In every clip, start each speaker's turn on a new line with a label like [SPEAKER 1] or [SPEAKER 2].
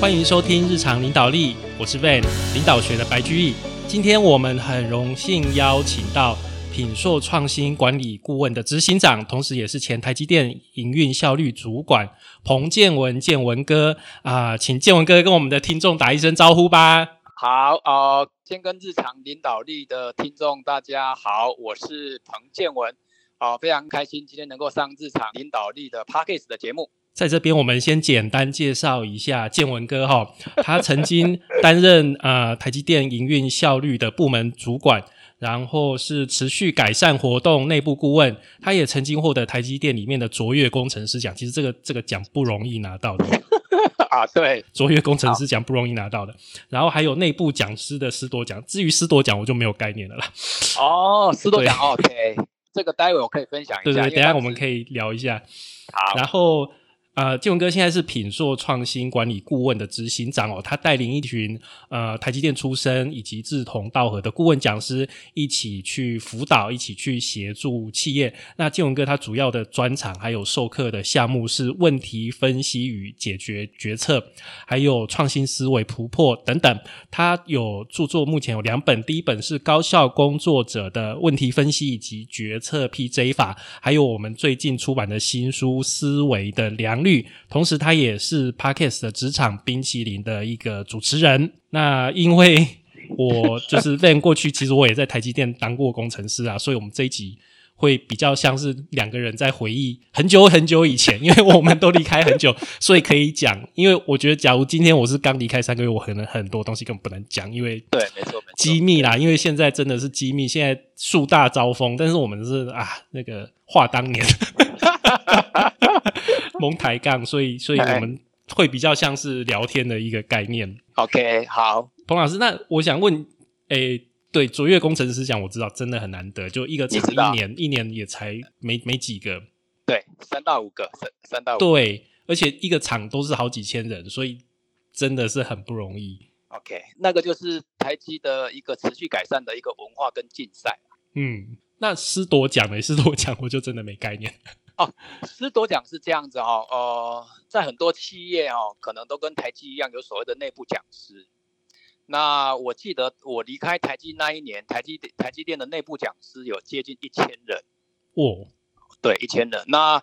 [SPEAKER 1] 欢迎收听《日常领导力》，我是 Van 领导学的白居易。今天我们很荣幸邀请到品硕创新管理顾问的执行长，同时也是前台积电营运效率主管彭建文，建文哥啊、请建文哥跟我们的听众打一声招呼吧。
[SPEAKER 2] 好，呃，先跟日常领导力的听众大家好，我是彭建文，好、非常开心今天能够上日常领导力的 p a c k a g e 的节目。
[SPEAKER 1] 在这边，我们先简单介绍一下建文哥哈、他曾经担任呃台积电营运效率的部门主管，然后是持续改善活动内部顾问，他也曾经获得台积电里面的卓越工程师奖，其实这个这个奖不容易拿到的。
[SPEAKER 2] 啊， 对，
[SPEAKER 1] 卓越工程师奖不容易拿到的，然后还有内部讲师的师铎奖。至于师铎奖，我就没有概念了啦。
[SPEAKER 2] 哦，斯多讲 OK，这个待会我可以分享一
[SPEAKER 1] 对
[SPEAKER 2] 下。
[SPEAKER 1] 对，
[SPEAKER 2] 因为
[SPEAKER 1] 等一下
[SPEAKER 2] 当
[SPEAKER 1] 我们
[SPEAKER 2] 时
[SPEAKER 1] 可以聊一下。
[SPEAKER 2] 好
[SPEAKER 1] 然后呃，建文哥现在是品硕创新管理顾问的执行长哦，他带领一群呃台积电出身以及志同道合的顾问讲师一起去辅导，一起去协助企业。那建文哥他主要的专长还有授课的项目是问题分析与解决决策，还有创新思维突破等等。他有著作，目前有两本，第一本是《高效工作者的问题分析以及决策 PJ 法》，还有我们最近出版的新书《思维的良率》。同时，他也是 Parkes 的职场冰淇淋的一个主持人。那因为我就是 Van 过去，其实我也在台积电当过工程师啊，所以我们这一集。会比较像是两个人在回忆很久很久以前，因为我们都离开很久， 所以可以讲。因为我觉得，假如今天我是刚离开三个月，我可能很多东西根本不能讲，因为
[SPEAKER 2] 对，没错没错。
[SPEAKER 1] 机密啦。因为现在真的是机密，现在树大招风，但是我们是啊，那个话当年，蒙抬杠，所以所以
[SPEAKER 2] 哎
[SPEAKER 1] 我们会比较像是聊天的一个概念。
[SPEAKER 2] OK，好，
[SPEAKER 1] 彭老师，那我想问，诶、对卓越工程师讲，我知道真的很难得，就一个厂
[SPEAKER 2] 你知道
[SPEAKER 1] 一年，一年也才没没几个，
[SPEAKER 2] 对，三到五个，三三到五个。
[SPEAKER 1] 对，而且一个厂都是好几千人，所以真的是很不容易。
[SPEAKER 2] OK，那个就是台积的一个持续改善的一个文化跟竞赛。
[SPEAKER 1] 嗯，那师铎奖呢？师铎奖我就真的没概念。
[SPEAKER 2] 师铎奖是这样子哈、哦，呃，在很多企业哦，可能都跟台积一样有所谓的内部讲师。那我记得我离开台积那一年，台积台积电的内部讲师有接近一千人，
[SPEAKER 1] 哦，
[SPEAKER 2] 对，一千人。那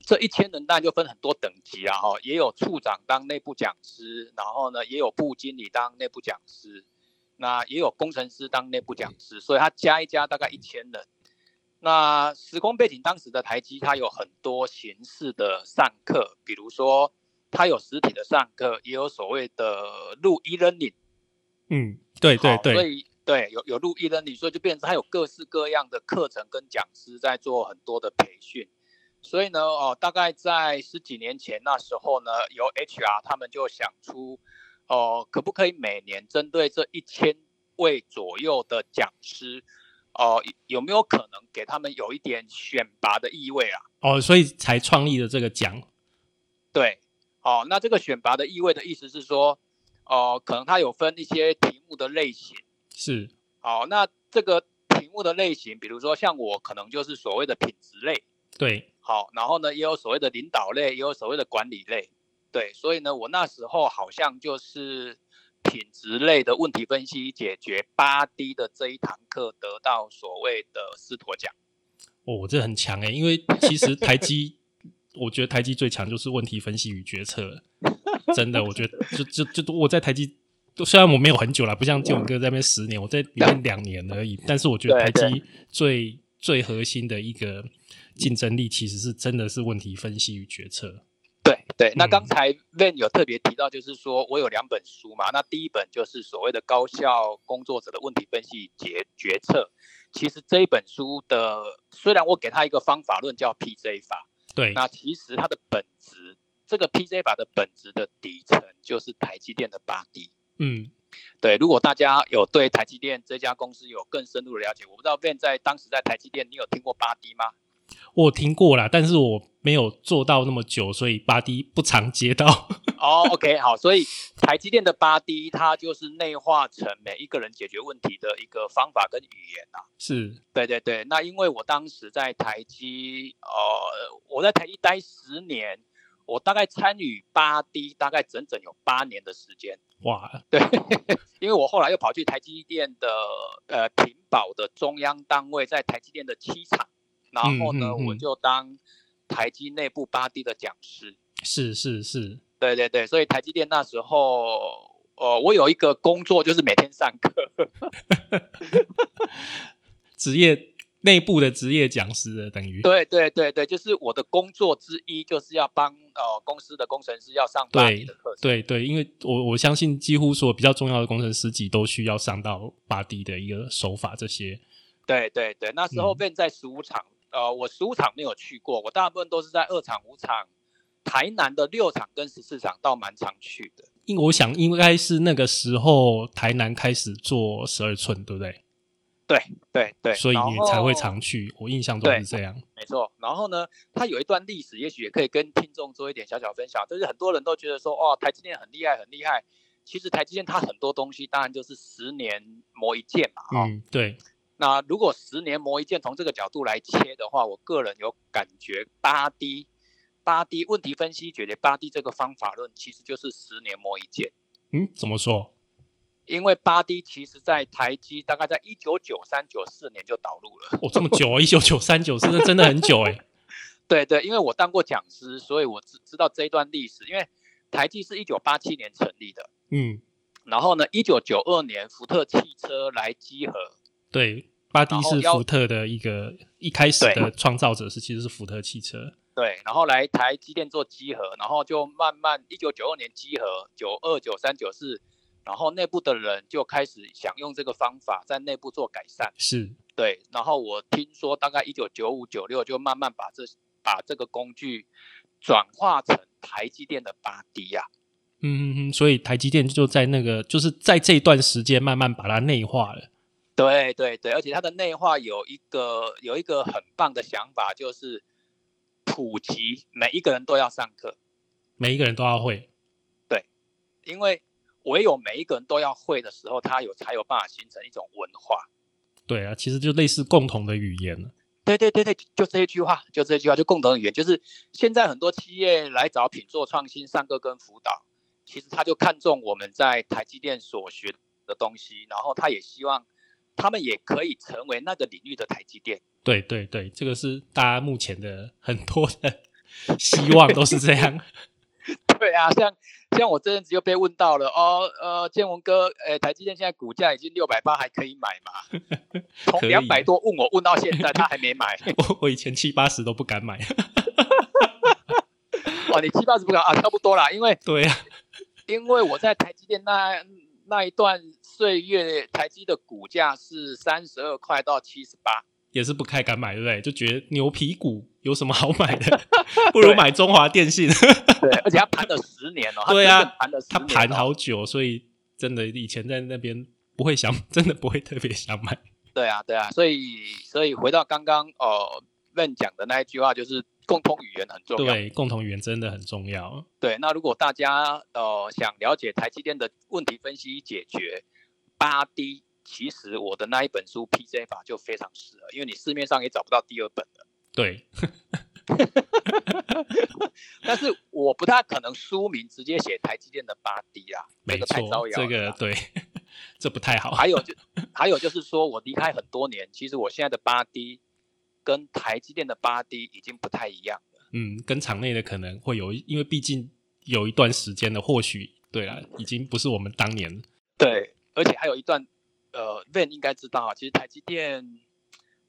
[SPEAKER 2] 这一千人当然就分很多等级啊，哈，也有处长当内部讲师，然后呢，也有部经理当内部讲师，那也有工程师当内部讲师，所以他加一加大概一千人。那时空背景，当时的台积它有很多形式的上课，比如说它有实体的上课，也有所谓的录 e-learning，
[SPEAKER 1] 嗯，对对
[SPEAKER 2] 好所
[SPEAKER 1] 对，
[SPEAKER 2] 以对有有录 e l e 所以就变成它有各式各样的课程跟讲师在做很多的培训。所以呢，哦，大概在十几年前那时候呢，由 HR 他们就想出，哦，可不可以每年针对这一千位左右的讲师，哦，有没有可能给他们有一点选拔的意味啊？
[SPEAKER 1] 哦，所以才创立了这个奖。
[SPEAKER 2] 对，哦，那这个选拔的意味的意思是说，哦，可能它有分一些题目的类型。
[SPEAKER 1] 是，
[SPEAKER 2] 好，那这个题目的类型，比如说像我可能就是所谓的品质类，
[SPEAKER 1] 对，
[SPEAKER 2] 好，然后呢也有所谓的领导类，也有所谓的管理类，对，所以呢我那时候好像就是品质类的问题分析解决八 D 的这一堂课得到所谓的师陀奖，
[SPEAKER 1] 哦，这很强诶、因为其实台积，我觉得台积最强就是问题分析与决策了，真的，我觉得就就就我在台积。虽然我没有很久了，不像建文哥在那边十年，我在里面两年而已。但是我觉得台
[SPEAKER 2] 对
[SPEAKER 1] 积最最核心的一个竞争力，其实是真的是问题分析与决策。
[SPEAKER 2] 对对，那
[SPEAKER 1] 嗯
[SPEAKER 2] 刚才 Van 有特别提到，就是说我有两本书嘛，那第一本就是所谓的高效工作者的问题分析与决决策。其实这一本书的，虽然我给他一个方法论叫 PJ 法，
[SPEAKER 1] 对，
[SPEAKER 2] 那其实它的本质，这个 PJ 法的本质的底层就是台积电的八 D。
[SPEAKER 1] 嗯，
[SPEAKER 2] 对，如果大家有对台积电这家公司有更深入的了解，我不知道 Van 在当时在台积电，你有听过八 D 吗？
[SPEAKER 1] 我听过啦，但是我没有做到那么久，所以巴迪不常接到。
[SPEAKER 2] 哦、o k 好，所以台积电的八 D 它就是内化成每一个人解决问题的一个方法跟语言啊。
[SPEAKER 1] 是，
[SPEAKER 2] 对对对，那因为我当时在台积，呃，我在台积待十年，我大概参与八 D，大概整整有八年的时间。
[SPEAKER 1] 哇，
[SPEAKER 2] 对， 因为我后来又跑去台积电的呃屏保的中央单位，在台积电的七厂，然后呢，
[SPEAKER 1] 嗯嗯嗯
[SPEAKER 2] 我就当台积内部八 D 的讲师。
[SPEAKER 1] 是是是，
[SPEAKER 2] 对对对，所以台积电那时候，呃，我有一个工作就是每天上课。
[SPEAKER 1] 职业内部的职业讲师了，等于
[SPEAKER 2] 对对对对，就是我的工作之一，就是要帮呃公司的工程师要上八 D 的课程。
[SPEAKER 1] 对对，因为我我相信几乎所有比较重要的工程师级都需要上到八 D 的一个手法这些。
[SPEAKER 2] 对对对，那时候
[SPEAKER 1] 嗯
[SPEAKER 2] 便在十五场，呃，我十五场没有去过，我大部分都是在二场、五场、台南的六场跟十四场倒蛮常去的。
[SPEAKER 1] 因我想应该是那个时候台南开始做十二寸，对不对？
[SPEAKER 2] 对对，
[SPEAKER 1] 所以
[SPEAKER 2] 然
[SPEAKER 1] 你才会
[SPEAKER 2] 后
[SPEAKER 1] 常去。我印象中是
[SPEAKER 2] 对
[SPEAKER 1] 这样。
[SPEAKER 2] 没错，然后呢，它有一段历史，也许也可以跟听众做一点小小分享。就是很多人都觉得说，哦，台积电很厉害，很厉害。其实台积电它很多东西，当然就是十年磨一剑嘛，哈、
[SPEAKER 1] 嗯，对，
[SPEAKER 2] 那如果十年磨一剑，从这个角度来切的话，我个人有感觉八 D 八 D 问题分析解决八 D 这个方法论，其实就是十年磨一剑。
[SPEAKER 1] 嗯，怎么说？
[SPEAKER 2] 因为八 D 其实在台积大概在一九九三九四年就导入了。
[SPEAKER 1] 哦，这么久，一九九三九是真的很久哎、
[SPEAKER 2] 对对，因为我当过讲师，所以我知知道这一段历史。因为台积是一九八七年成立的，
[SPEAKER 1] 嗯，
[SPEAKER 2] 然后呢，一九九二年福特汽车来集合，
[SPEAKER 1] 对，八 D
[SPEAKER 2] 然后
[SPEAKER 1] 是
[SPEAKER 2] 要
[SPEAKER 1] 福特的一个一开始
[SPEAKER 2] 对
[SPEAKER 1] 的创造者是其实是福特汽车。
[SPEAKER 2] 对，然后来台积电做集合，然后就慢慢一九九二年集合，九二、九三、九四，然后内部的人就开始想用这个方法在内部做改善。
[SPEAKER 1] 是，
[SPEAKER 2] 对，然后我听说大概一九九五、九六就慢慢把这把这个工具转化成台积电的八 D 啊呀、
[SPEAKER 1] 嗯嗯嗯，所以台积电就在那个就是在这段时间慢慢把它内化了。
[SPEAKER 2] 对对对，而且它的内化有一个有一个很棒的想法，就是普及，每一个人都要上课。
[SPEAKER 1] 每一个人都要会。
[SPEAKER 2] 因为唯有每一个人都要会的时候，他有才有办法形成一种文化。
[SPEAKER 1] 对啊，其实就类似共同的语言了。
[SPEAKER 2] 对对对对，就这一句话，就这一句话，就共同语言，就是现在很多企业来找品做创新上课跟辅导，其实他就看重我们在台积电所学的东西，然后他也希望他们也可以成为那个领域的台积电。
[SPEAKER 1] 对对对，这个是大家目前的很多的 希望都是这样。
[SPEAKER 2] 对啊，像像我这阵子又被问到了哦，呃，建文哥，呃，台积电现在股价已经六百八，还可以买吗？从
[SPEAKER 1] 可以
[SPEAKER 2] 两百多问我问到现在，他还 没买。
[SPEAKER 1] 我我以前七八十都不敢买。
[SPEAKER 2] 哇，你七八十不高啊，差不多啦，因为
[SPEAKER 1] 对啊，
[SPEAKER 2] 因为我在台积电那那一段岁月，台积的股价是三十二块到七十 八，
[SPEAKER 1] 也是不太敢买，对不对？就觉得牛皮股有什么好买的？ 不如买中华电 信。
[SPEAKER 2] 对，而且它盘了十年哦，它
[SPEAKER 1] 对啊
[SPEAKER 2] 真正盘了十
[SPEAKER 1] 它
[SPEAKER 2] 年、哦，
[SPEAKER 1] 盘好久，所以真的以前在那边不会想，真的不会特别想买。
[SPEAKER 2] 对啊，对啊，所以所以回到刚刚呃 Ben 讲的那一句话，就是共通语言很重要。
[SPEAKER 1] 对，啊共同语言真的很重要。
[SPEAKER 2] 对，那如果大家呃想了解台积电的问题分析解决，八 D，其实我的那一本书 PJ 法就非常适合，因为你市面上也找不到第二本。
[SPEAKER 1] 对，
[SPEAKER 2] 但是我不太可能书名直接写台积电的八 D 啊，
[SPEAKER 1] 没
[SPEAKER 2] 这个太
[SPEAKER 1] 错
[SPEAKER 2] 招，摇
[SPEAKER 1] 这
[SPEAKER 2] 了
[SPEAKER 1] 个
[SPEAKER 2] 啦。
[SPEAKER 1] 对，这不太好。
[SPEAKER 2] 还有就还有就是说我离开很多年，其实我现在的八 D 跟台积电的八 D 已经不太一样了。
[SPEAKER 1] 嗯，跟场内的可能会有一，因为毕竟有一段时间的，或许对啦，已经不是我们当年
[SPEAKER 2] 对，而且还有一段，呃，Van 应该知道啊，其实台积电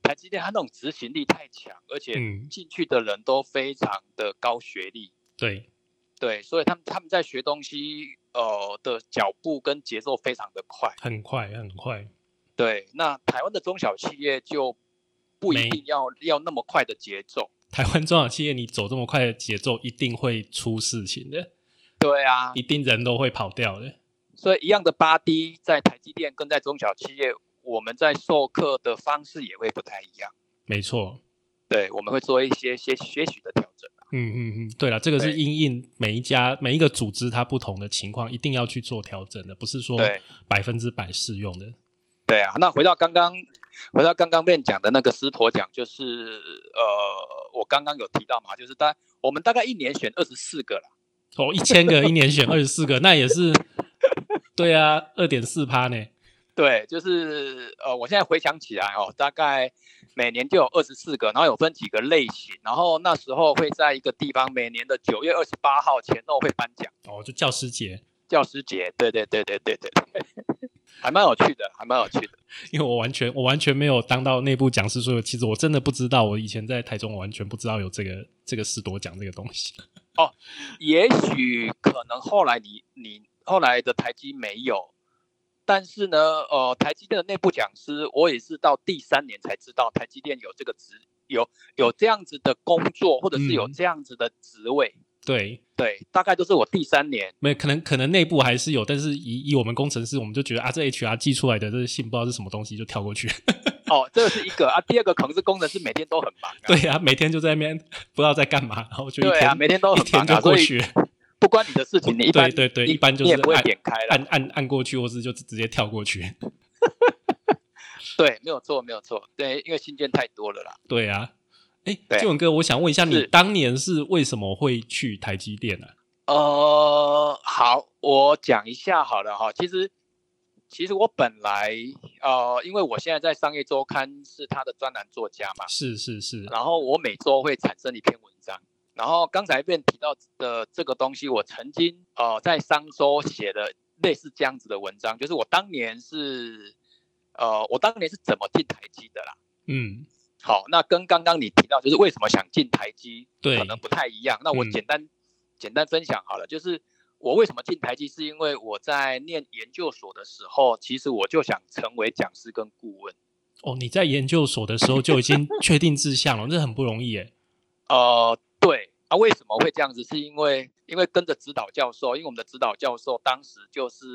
[SPEAKER 2] 台积电它那种执行力太强，而且
[SPEAKER 1] 嗯，
[SPEAKER 2] 进去的人都非常的高学历，
[SPEAKER 1] 对，
[SPEAKER 2] 对，所以他们他们在学东西呃的脚步跟节奏非常的快。
[SPEAKER 1] 很快很快，
[SPEAKER 2] 对，那台湾的中小企业就不
[SPEAKER 1] 没
[SPEAKER 2] 一定要要那么快的节奏。
[SPEAKER 1] 台湾中小企业你走这么快的节奏，一定会出事情的，
[SPEAKER 2] 对啊，
[SPEAKER 1] 一定人都会跑掉的。
[SPEAKER 2] 所以一样的八 D 在台积电跟在中小企业，我们在授课的方式也会不太一样。
[SPEAKER 1] 没错，
[SPEAKER 2] 对，我们会做一些些些许的调整。
[SPEAKER 1] 嗯嗯嗯，对了，这个是
[SPEAKER 2] 对
[SPEAKER 1] 因应每一家每一个组织它不同的情况，一定要去做调整的，不是说
[SPEAKER 2] 对
[SPEAKER 1] 百分之百适用的。
[SPEAKER 2] 对啊，那回到刚刚回到刚刚面讲的那个师陀讲，就是呃，我刚刚有提到嘛，就是当我们大概一年选二十四个啦，
[SPEAKER 1] 哦，一千个一年选二十四个，那也是，对啊，二点四趴呢。
[SPEAKER 2] 对，就是呃，我现在回想起来哦，大概每年就有二十四个，然后有分几个类型，然后那时候会在一个地方，每年的九月二十八号前后会颁奖，
[SPEAKER 1] 哦，就教师节，
[SPEAKER 2] 教师节，对对对对对对对，还蛮有趣的，还蛮有趣的，
[SPEAKER 1] 因为我完全我完全没有当到内部讲师，所以其实我真的不知道，我以前在台中我完全不知道有这个这个士多奖这个东西。
[SPEAKER 2] 也许可能后来你你后来的台积没有。但是呢，呃，台积电的内部讲师，我也是到第三年才知道台积电有这个职，有有这样子的工作，或者是有
[SPEAKER 1] 嗯
[SPEAKER 2] 这样子的职位。
[SPEAKER 1] 对，
[SPEAKER 2] 对，大概都是我第三年。
[SPEAKER 1] 没有可能可能内部还是有，但是以以我们工程师，我们就觉得啊，这 HR 寄出来的这信不知道是什么东西，就跳过去。
[SPEAKER 2] 哦，这是一个啊，第二个可能是工程师每天都很忙、啊。
[SPEAKER 1] 对啊，每天就在那边 不知道在干嘛，然后就一
[SPEAKER 2] 对
[SPEAKER 1] 天、
[SPEAKER 2] 啊，每天都
[SPEAKER 1] 一
[SPEAKER 2] 很
[SPEAKER 1] 天
[SPEAKER 2] 忙、
[SPEAKER 1] 就
[SPEAKER 2] 啊，
[SPEAKER 1] 过
[SPEAKER 2] 所
[SPEAKER 1] 去
[SPEAKER 2] 以，不关你的事情，你一般
[SPEAKER 1] 对对对
[SPEAKER 2] 你
[SPEAKER 1] 一般就是
[SPEAKER 2] 你也不会
[SPEAKER 1] 按
[SPEAKER 2] 点开了
[SPEAKER 1] 按。按按过去，或是就直接跳过去。
[SPEAKER 2] 对，没有错，没有错。对，因为信件太多了啦。
[SPEAKER 1] 对啊，哎，
[SPEAKER 2] 对
[SPEAKER 1] 建文哥，我想问一下，你
[SPEAKER 2] 是
[SPEAKER 1] 当年是为什么会去台积电呢、啊？
[SPEAKER 2] 呃，好，我讲一下好了哈。其实，其实我本来呃，因为我现在在商业周刊是他的专栏作家嘛，
[SPEAKER 1] 是是是，
[SPEAKER 2] 然后我每周会产生一篇文章。然后刚才便提到的这个东西，我曾经呃在商周写的类似这样子的文章，就是我当年是呃我当年是怎么进台积的啦。
[SPEAKER 1] 嗯，
[SPEAKER 2] 好，那跟刚刚你提到就是为什么想进台积，
[SPEAKER 1] 对
[SPEAKER 2] 可能不太一样。那我
[SPEAKER 1] 嗯
[SPEAKER 2] 简单、简单分享好了，就是我为什么进台积，是因为我在念研究所的时候，其实我就想成为讲师跟顾问。
[SPEAKER 1] 哦，你在研究所的时候就已经确定志向了，这 很不容易耶。
[SPEAKER 2] 呃，对啊，为什么会这样子？是因为因为跟着指导教授，因为我们的指导教授当时就是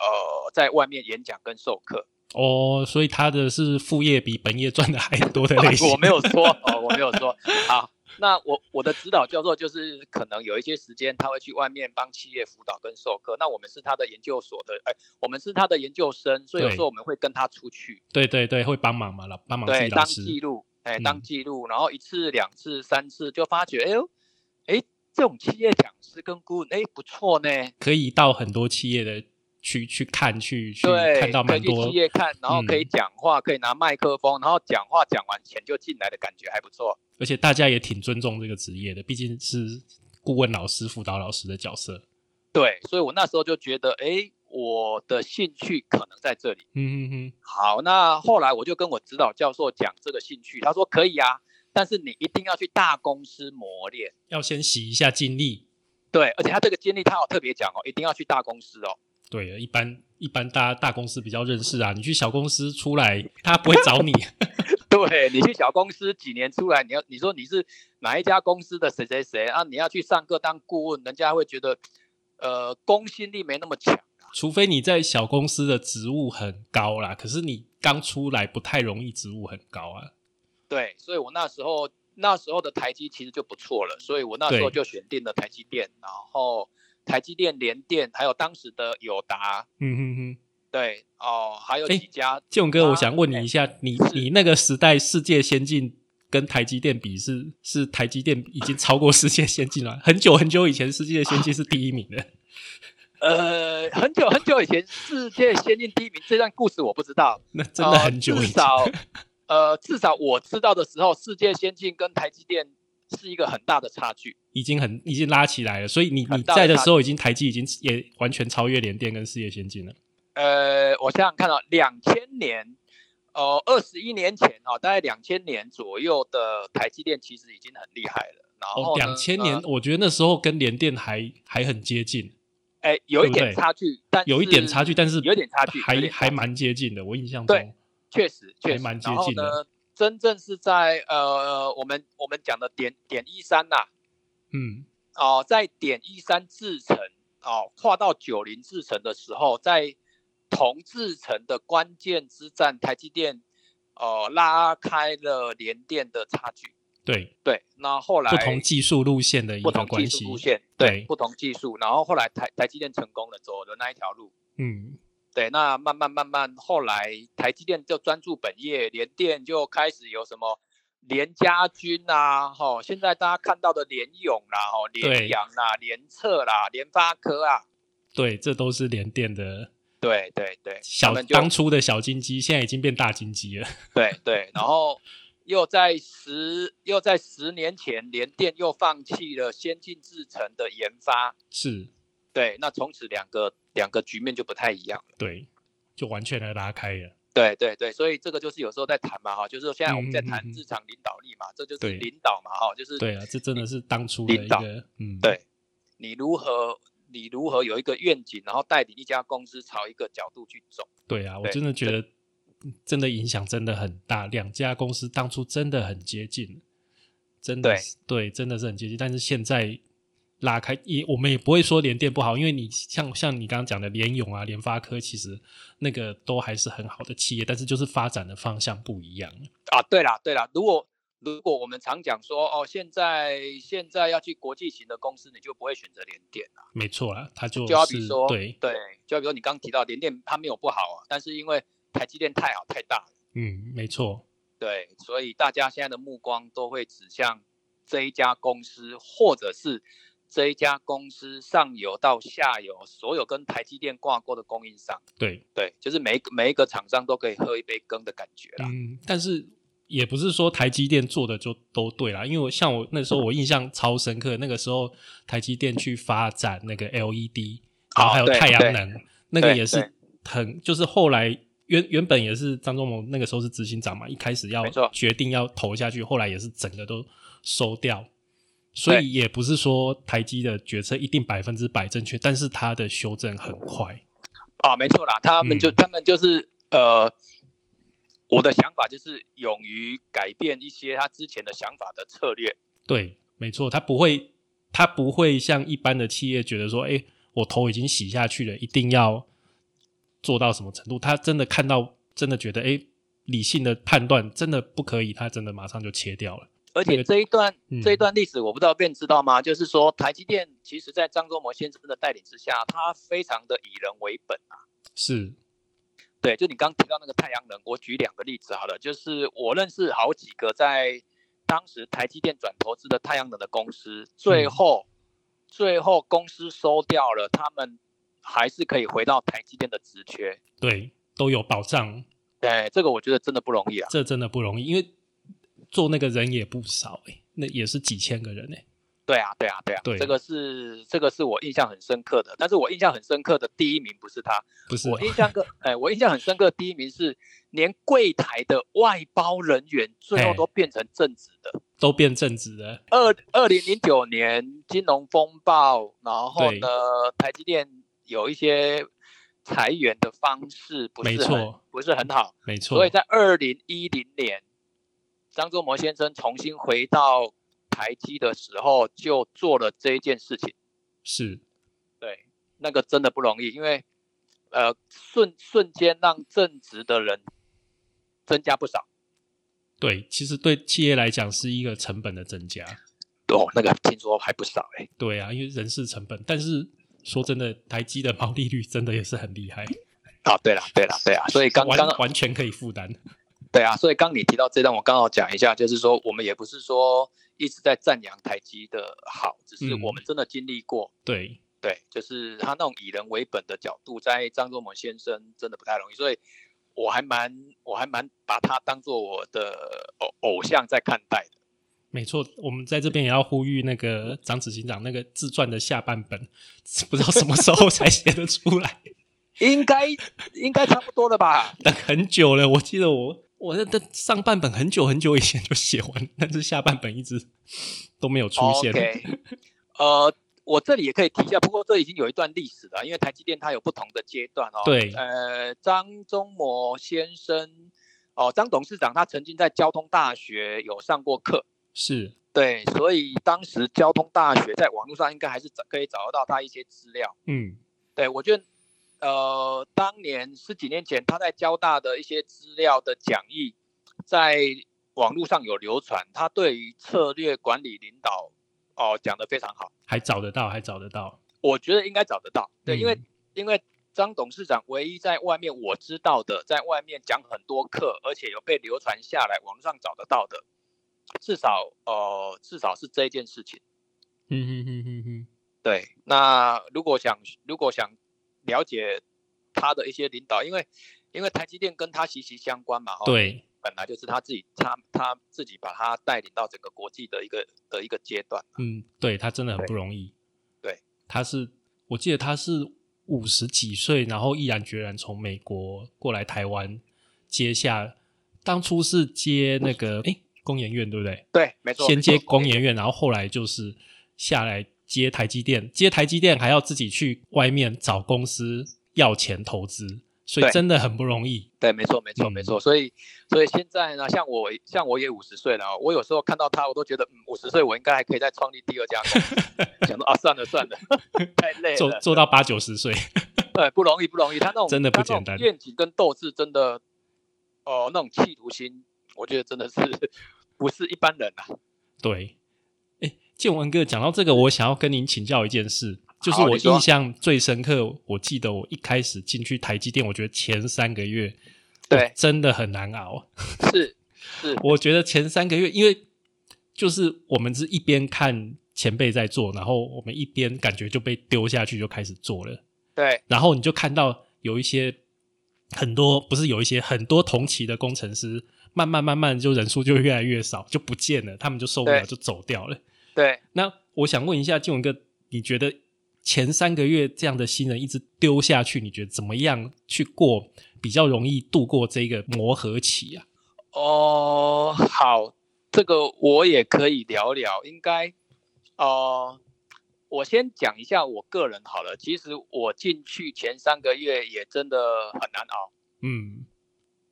[SPEAKER 2] 呃在外面演讲跟授课，
[SPEAKER 1] 哦，所以他的是副业比本业赚的还多的 类型。
[SPEAKER 2] 我没有说哦，我没有说好，那我我的指导教授就是可能有一些时间他会去外面帮企业辅导跟授课，那我们是他的研究所的，哎、我们是他的研究生，所以有时候我们会跟他出去，
[SPEAKER 1] 对对对，会帮忙嘛，老帮忙自己
[SPEAKER 2] 对，
[SPEAKER 1] 老
[SPEAKER 2] 当
[SPEAKER 1] 师。
[SPEAKER 2] 记录，哎、
[SPEAKER 1] 嗯
[SPEAKER 2] 当记录，然后一次、两次、三次就发觉，哎呦，哎，这种企业讲师跟顾问，哎，不错呢，
[SPEAKER 1] 可以到很多企业的去去看去去
[SPEAKER 2] 对，
[SPEAKER 1] 看到
[SPEAKER 2] 可
[SPEAKER 1] 蛮
[SPEAKER 2] 以去
[SPEAKER 1] 多
[SPEAKER 2] 企，业看，然后可以
[SPEAKER 1] 嗯
[SPEAKER 2] 讲话，可以拿麦克风，然后讲话讲完钱就进来的感觉还不错。
[SPEAKER 1] 而且大家也挺尊重这个职业的，毕竟是顾问老师、辅导老师的角色。
[SPEAKER 2] 对，所以我那时候就觉得，哎，我的兴趣可能在这里。
[SPEAKER 1] 嗯嗯
[SPEAKER 2] 好，那后来我就跟我指导教授讲这个兴趣，他说可以啊，但是你一定要去大公司磨练。
[SPEAKER 1] 嗯，要先洗一下精力。
[SPEAKER 2] 对，而且他这个经历他有特别讲哦，一定要去大公司哦。
[SPEAKER 1] 对，一般一般大大公司比较认识啊，你去小公司出来，他不会找你。
[SPEAKER 2] 对你去小公司几年出来，你要你说你是哪一家公司的谁谁谁啊，你要去上课当顾问，人家会觉得，呃，公信力没那么强。
[SPEAKER 1] 除非你在小公司的职务很高啦，可是你刚出来不太容易职务很高啊。
[SPEAKER 2] 对，所以我那时候那时候的台积其实就不错了，所以我那时候
[SPEAKER 1] 对
[SPEAKER 2] 就选定了台积电，然后台积电、联电，还有当时的友达，
[SPEAKER 1] 嗯哼哼，
[SPEAKER 2] 对哦，还有
[SPEAKER 1] 诶
[SPEAKER 2] 几家。
[SPEAKER 1] 建勇哥，
[SPEAKER 2] 啊
[SPEAKER 1] 我想问你一下，你
[SPEAKER 2] 是
[SPEAKER 1] 你那个时代世界先进跟台积电比是是台积电已经超过世界先进了，很久很久以前世界先进是第一名的。
[SPEAKER 2] 呃，很久很久以前，世界先进第一名这段故事我不知道，
[SPEAKER 1] 那 真的
[SPEAKER 2] 呃
[SPEAKER 1] 很久以
[SPEAKER 2] 至
[SPEAKER 1] 前，
[SPEAKER 2] 少呃，至少我知道的时候，世界先进跟台积电是一个很大的差距。
[SPEAKER 1] 已经很已经拉起来了。所以你你
[SPEAKER 2] 很大的
[SPEAKER 1] 在的时候，已经台积已经也完全超越联电跟世界先进了。
[SPEAKER 2] 呃，我想想看啊，两千年，呃，二十一年前啊、大概两千年左右的台积电其实已经很厉害了。然
[SPEAKER 1] 哦
[SPEAKER 2] 后，呢
[SPEAKER 1] 两千年
[SPEAKER 2] 呃，
[SPEAKER 1] 我觉得那时候跟联电还还很接近，
[SPEAKER 2] 哎、有一
[SPEAKER 1] 对不
[SPEAKER 2] 点
[SPEAKER 1] 对
[SPEAKER 2] 差距，但
[SPEAKER 1] 有一点差距，但是
[SPEAKER 2] 有一点差距，有一
[SPEAKER 1] 还
[SPEAKER 2] 点差
[SPEAKER 1] 还
[SPEAKER 2] 距
[SPEAKER 1] 蛮接近的。我印象
[SPEAKER 2] 对
[SPEAKER 1] 中，
[SPEAKER 2] 确实确
[SPEAKER 1] 还
[SPEAKER 2] 实
[SPEAKER 1] 蛮接
[SPEAKER 2] 然后
[SPEAKER 1] 近的
[SPEAKER 2] 呢，真正是在呃，我们我们讲的点点一三呐，
[SPEAKER 1] 嗯，
[SPEAKER 2] 哦，在点一三制程哦，跨到九零制程的时候，在同制程的关键之战，台积电呃拉开了联电的差距。
[SPEAKER 1] 对，
[SPEAKER 2] 对，那后来
[SPEAKER 1] 不同技术路线的一
[SPEAKER 2] 不
[SPEAKER 1] 个
[SPEAKER 2] 同
[SPEAKER 1] 关
[SPEAKER 2] 技术
[SPEAKER 1] 系，
[SPEAKER 2] 路线，
[SPEAKER 1] 对
[SPEAKER 2] 不同技术，然后后来台台积电成功了，走了那一条路。
[SPEAKER 1] 嗯，
[SPEAKER 2] 对，那慢慢慢慢，后来台积电就专注本业，联电就开始有什么联家军啊，哈、现在大家看到的联勇啦，哈、联阳啦、联策啦、联发科啊，
[SPEAKER 1] 对，这都是联电的
[SPEAKER 2] 对对对，他
[SPEAKER 1] 小
[SPEAKER 2] 们就
[SPEAKER 1] 当初的小金鸡，现在已经变大金鸡了。
[SPEAKER 2] 对对，然后又在十又在十年前，联电又放弃了先进制程的研发，
[SPEAKER 1] 是，
[SPEAKER 2] 对，那从此两个两个局面就不太一样了。
[SPEAKER 1] 对，就完全的拉开了。
[SPEAKER 2] 对对对，所以这个就是有时候在谈嘛哈，就是说现在我们
[SPEAKER 1] 嗯
[SPEAKER 2] 在
[SPEAKER 1] 嗯嗯
[SPEAKER 2] 谈
[SPEAKER 1] 嗯
[SPEAKER 2] 市场领导力嘛，这就是
[SPEAKER 1] 对
[SPEAKER 2] 领导嘛哈，就是
[SPEAKER 1] 对啊，这真的是当初的一
[SPEAKER 2] 领导
[SPEAKER 1] 个，嗯，
[SPEAKER 2] 对你如何你如何有一个愿景，然后带领一家公司朝一个角度去走。
[SPEAKER 1] 对啊，我
[SPEAKER 2] 对
[SPEAKER 1] 真的觉得真的影响真的很大。两家公司当初真的很接近，真的
[SPEAKER 2] 对
[SPEAKER 1] 是对，真的是很接近。但是现在拉开，也我们也不会说联电不好，因为你像像你刚刚讲的联咏啊、联发科，其实那个都还是很好的企业，但是就是发展的方向不一样。
[SPEAKER 2] 啊，对啦，对啦，如果如果我们常讲说哦，现在现在要去国际型的公司，你就不会选择联电啦。
[SPEAKER 1] 没错啦，它就
[SPEAKER 2] 就好
[SPEAKER 1] 是
[SPEAKER 2] 比说，
[SPEAKER 1] 对，
[SPEAKER 2] 就比如你刚提到联电，它没有不好啊，但是因为台积电太好太大了，
[SPEAKER 1] 嗯，没错，
[SPEAKER 2] 对，所以大家现在的目光都会指向这一家公司，或者是这一家公司上游到下游所有跟台积电挂钩的供应商。
[SPEAKER 1] 对，
[SPEAKER 2] 对，就是每一个每一个厂商都可以喝一杯羹的感觉啦。
[SPEAKER 1] 嗯，但是也不是说台积电做的就都对啦，因为我像我那时候我印象超深刻，那个时候台积电去发展那个 LED，然后还有
[SPEAKER 2] 哦对
[SPEAKER 1] 太阳
[SPEAKER 2] 对
[SPEAKER 1] 能，那个
[SPEAKER 2] 对
[SPEAKER 1] 也是
[SPEAKER 2] 对
[SPEAKER 1] 很就是后来原原本也是张忠谋那个时候是执行长嘛，一开始要
[SPEAKER 2] 没错
[SPEAKER 1] 决定要投下去，后来也是整个都收掉。所
[SPEAKER 2] 对
[SPEAKER 1] 以也不是说台积的决策一定百分之百正确，但是它的修正很快。
[SPEAKER 2] 啊，没错啦，他们就、
[SPEAKER 1] 嗯
[SPEAKER 2] 他们就是呃，我的想法就是勇于改变一些他之前的想法的策略。
[SPEAKER 1] 对，没错，他不会，他不会像一般的企业觉得说，哎，我头已经洗下去了，一定要做到什么程度。他真的看到，真的觉得，哎，理性的判断真的不可以，他真的马上就切掉了。
[SPEAKER 2] 而
[SPEAKER 1] 对
[SPEAKER 2] 且这一段、
[SPEAKER 1] 嗯
[SPEAKER 2] 这一段历史，我不知道便知道吗？就是说，台积电其实在张忠谋先生的带领之下，他非常的以人为本啊。
[SPEAKER 1] 是，
[SPEAKER 2] 对，就你刚提到那个太阳能，我举两个例子好了，就是我认识好几个在当时台积电转投资的太阳能的公司，
[SPEAKER 1] 嗯
[SPEAKER 2] 最后、最后公司收掉了，他们还是可以回到台积电的职缺。
[SPEAKER 1] 对，都有保障，
[SPEAKER 2] 对，这个我觉得真的不容易啊。
[SPEAKER 1] 这真的不容易，因为做那个人也不少、诶那也是几千个人哎、诶
[SPEAKER 2] 对啊，对啊，对啊，
[SPEAKER 1] 对
[SPEAKER 2] 这个是这个是我印象很深刻的，但是我印象很深刻的第一名不是他，
[SPEAKER 1] 不是啊
[SPEAKER 2] 我印象个，哎，我印象很深刻的第一名是连柜台的外包人员最后
[SPEAKER 1] 哎
[SPEAKER 2] 都变成正职的。
[SPEAKER 1] 都变正职了，
[SPEAKER 2] 二二零零九年金融风暴，然后呢，台积电有一些裁员的方式不
[SPEAKER 1] 没
[SPEAKER 2] 是很
[SPEAKER 1] 错，
[SPEAKER 2] 不是很好，
[SPEAKER 1] 没错，
[SPEAKER 2] 所以在二零一零年，张忠谋先生重新回到台积的时候，就做了这一件事情。
[SPEAKER 1] 是
[SPEAKER 2] 对，那个真的不容易，因为呃，瞬瞬间让正职的人增加不少。
[SPEAKER 1] 对，其实对企业来讲是一个成本的增加。
[SPEAKER 2] 哦，那个听说还不少哎、
[SPEAKER 1] 对啊，因为人事成本。但是说真的，台积的毛利率真的也是很厉害，
[SPEAKER 2] 啊，对了，对了，对啊，所以刚刚
[SPEAKER 1] 完完全可以负担。
[SPEAKER 2] 对啊，所以刚你提到这段，我刚好讲一下，就是说我们也不是说一直在赞扬台积的好，只是
[SPEAKER 1] 嗯
[SPEAKER 2] 我们真的经历过，
[SPEAKER 1] 对，
[SPEAKER 2] 对，就是他那种以人为本的角度，在张忠谋先生真的不太容易，所以我还蛮我还蛮把他当做我的偶偶像在看待的。
[SPEAKER 1] 没错。我们在这边也要呼吁那个张执行长那个自传的下半本， 不知道什么时候才写得出来，
[SPEAKER 2] 应该应该差不多了吧？
[SPEAKER 1] 等很久了。 我记得我我那那上半本很久很久以前就写完， 但是下半本一直都没有出现。
[SPEAKER 2] 哦 OK，呃，我这里也可以提一下，不过这已经有一段历史了，因为台积电它有不同的阶段哦。
[SPEAKER 1] 对
[SPEAKER 2] 呃，张忠谋先生，哦，张董事长他曾经在交通大学有上过课，
[SPEAKER 1] 是，
[SPEAKER 2] 对，所以当时交通大学在网络上应该还是找可以找得到他一些资料。
[SPEAKER 1] 嗯，
[SPEAKER 2] 对我觉得，呃，当年十几年前他在交大的一些资料的讲义，在网络上有流传，他对于策略管理领导哦、讲得非常好，
[SPEAKER 1] 还找得到，还找得到。
[SPEAKER 2] 我觉得应该找得到。对，因为
[SPEAKER 1] 嗯
[SPEAKER 2] 因为张董事长唯一在外面我知道的，在外面讲很多课，而且有被流传下来，网络上找得到的，至少呃至少是这一件事情。
[SPEAKER 1] 嗯哼哼哼哼，
[SPEAKER 2] 对，那如果想如果想了解他的一些领导，因为因为台积电跟他息息相关嘛，哈，，
[SPEAKER 1] 对，
[SPEAKER 2] 本来就是他自己他他自己把他带领到整个国际的一个的一个阶段，
[SPEAKER 1] 嗯，对他真的很
[SPEAKER 2] 啊对
[SPEAKER 1] 不容易。
[SPEAKER 2] 对，
[SPEAKER 1] 他是我记得他是五十几岁，然后毅然决然从美国过来台湾接下，当初是接那个诶工研院对不对？
[SPEAKER 2] 对，没错，
[SPEAKER 1] 先接
[SPEAKER 2] 没错
[SPEAKER 1] 工研院，然后后来就是下来接台积电，接台积电还要自己去外面找公司要钱投资，所以
[SPEAKER 2] 对
[SPEAKER 1] 真的很不容易。
[SPEAKER 2] 对，没错，没错，
[SPEAKER 1] 嗯
[SPEAKER 2] 没错。所以，所以现在呢，像我，像我也五十岁了，啊我有时候看到他，我都觉得，嗯，五十岁我应该还可以再创立第二家 公司。想说啊，算了算了，太累
[SPEAKER 1] 做
[SPEAKER 2] 了，
[SPEAKER 1] 做到八九十岁，
[SPEAKER 2] 对，不容易，不容易。他那种
[SPEAKER 1] 真的不
[SPEAKER 2] 他那种
[SPEAKER 1] 简单
[SPEAKER 2] 愿景跟斗志真的，哦、那种企图心，我觉得真的是不是一般人啊。
[SPEAKER 1] 对，哎，建文哥讲到这个，我想要跟您请教一件事，就是我
[SPEAKER 2] 你说
[SPEAKER 1] 印象最深刻，我记得我一开始进去台积电，我觉得前三个月
[SPEAKER 2] 对，
[SPEAKER 1] 真的很难熬。
[SPEAKER 2] 是是，
[SPEAKER 1] 我觉得前三个月，因为就是我们是一边看前辈在做，然后我们一边感觉就被丢下去就开始做了，
[SPEAKER 2] 对
[SPEAKER 1] 然后你就看到有一些很多不是有一些很多同期的工程师，慢慢慢慢就人数就越来越少，就不见了，他们就受不了
[SPEAKER 2] 对
[SPEAKER 1] 就走掉了。
[SPEAKER 2] 对。
[SPEAKER 1] 那我想问一下建文哥，你觉得前三个月这样的新人一直丢下去，你觉得怎么样去过比较容易度过这个磨合期啊？
[SPEAKER 2] 哦，好，这个我也可以聊聊。应该，哦、我先讲一下我个人好了。其实我进去前三个月也真的很难熬，
[SPEAKER 1] 嗯，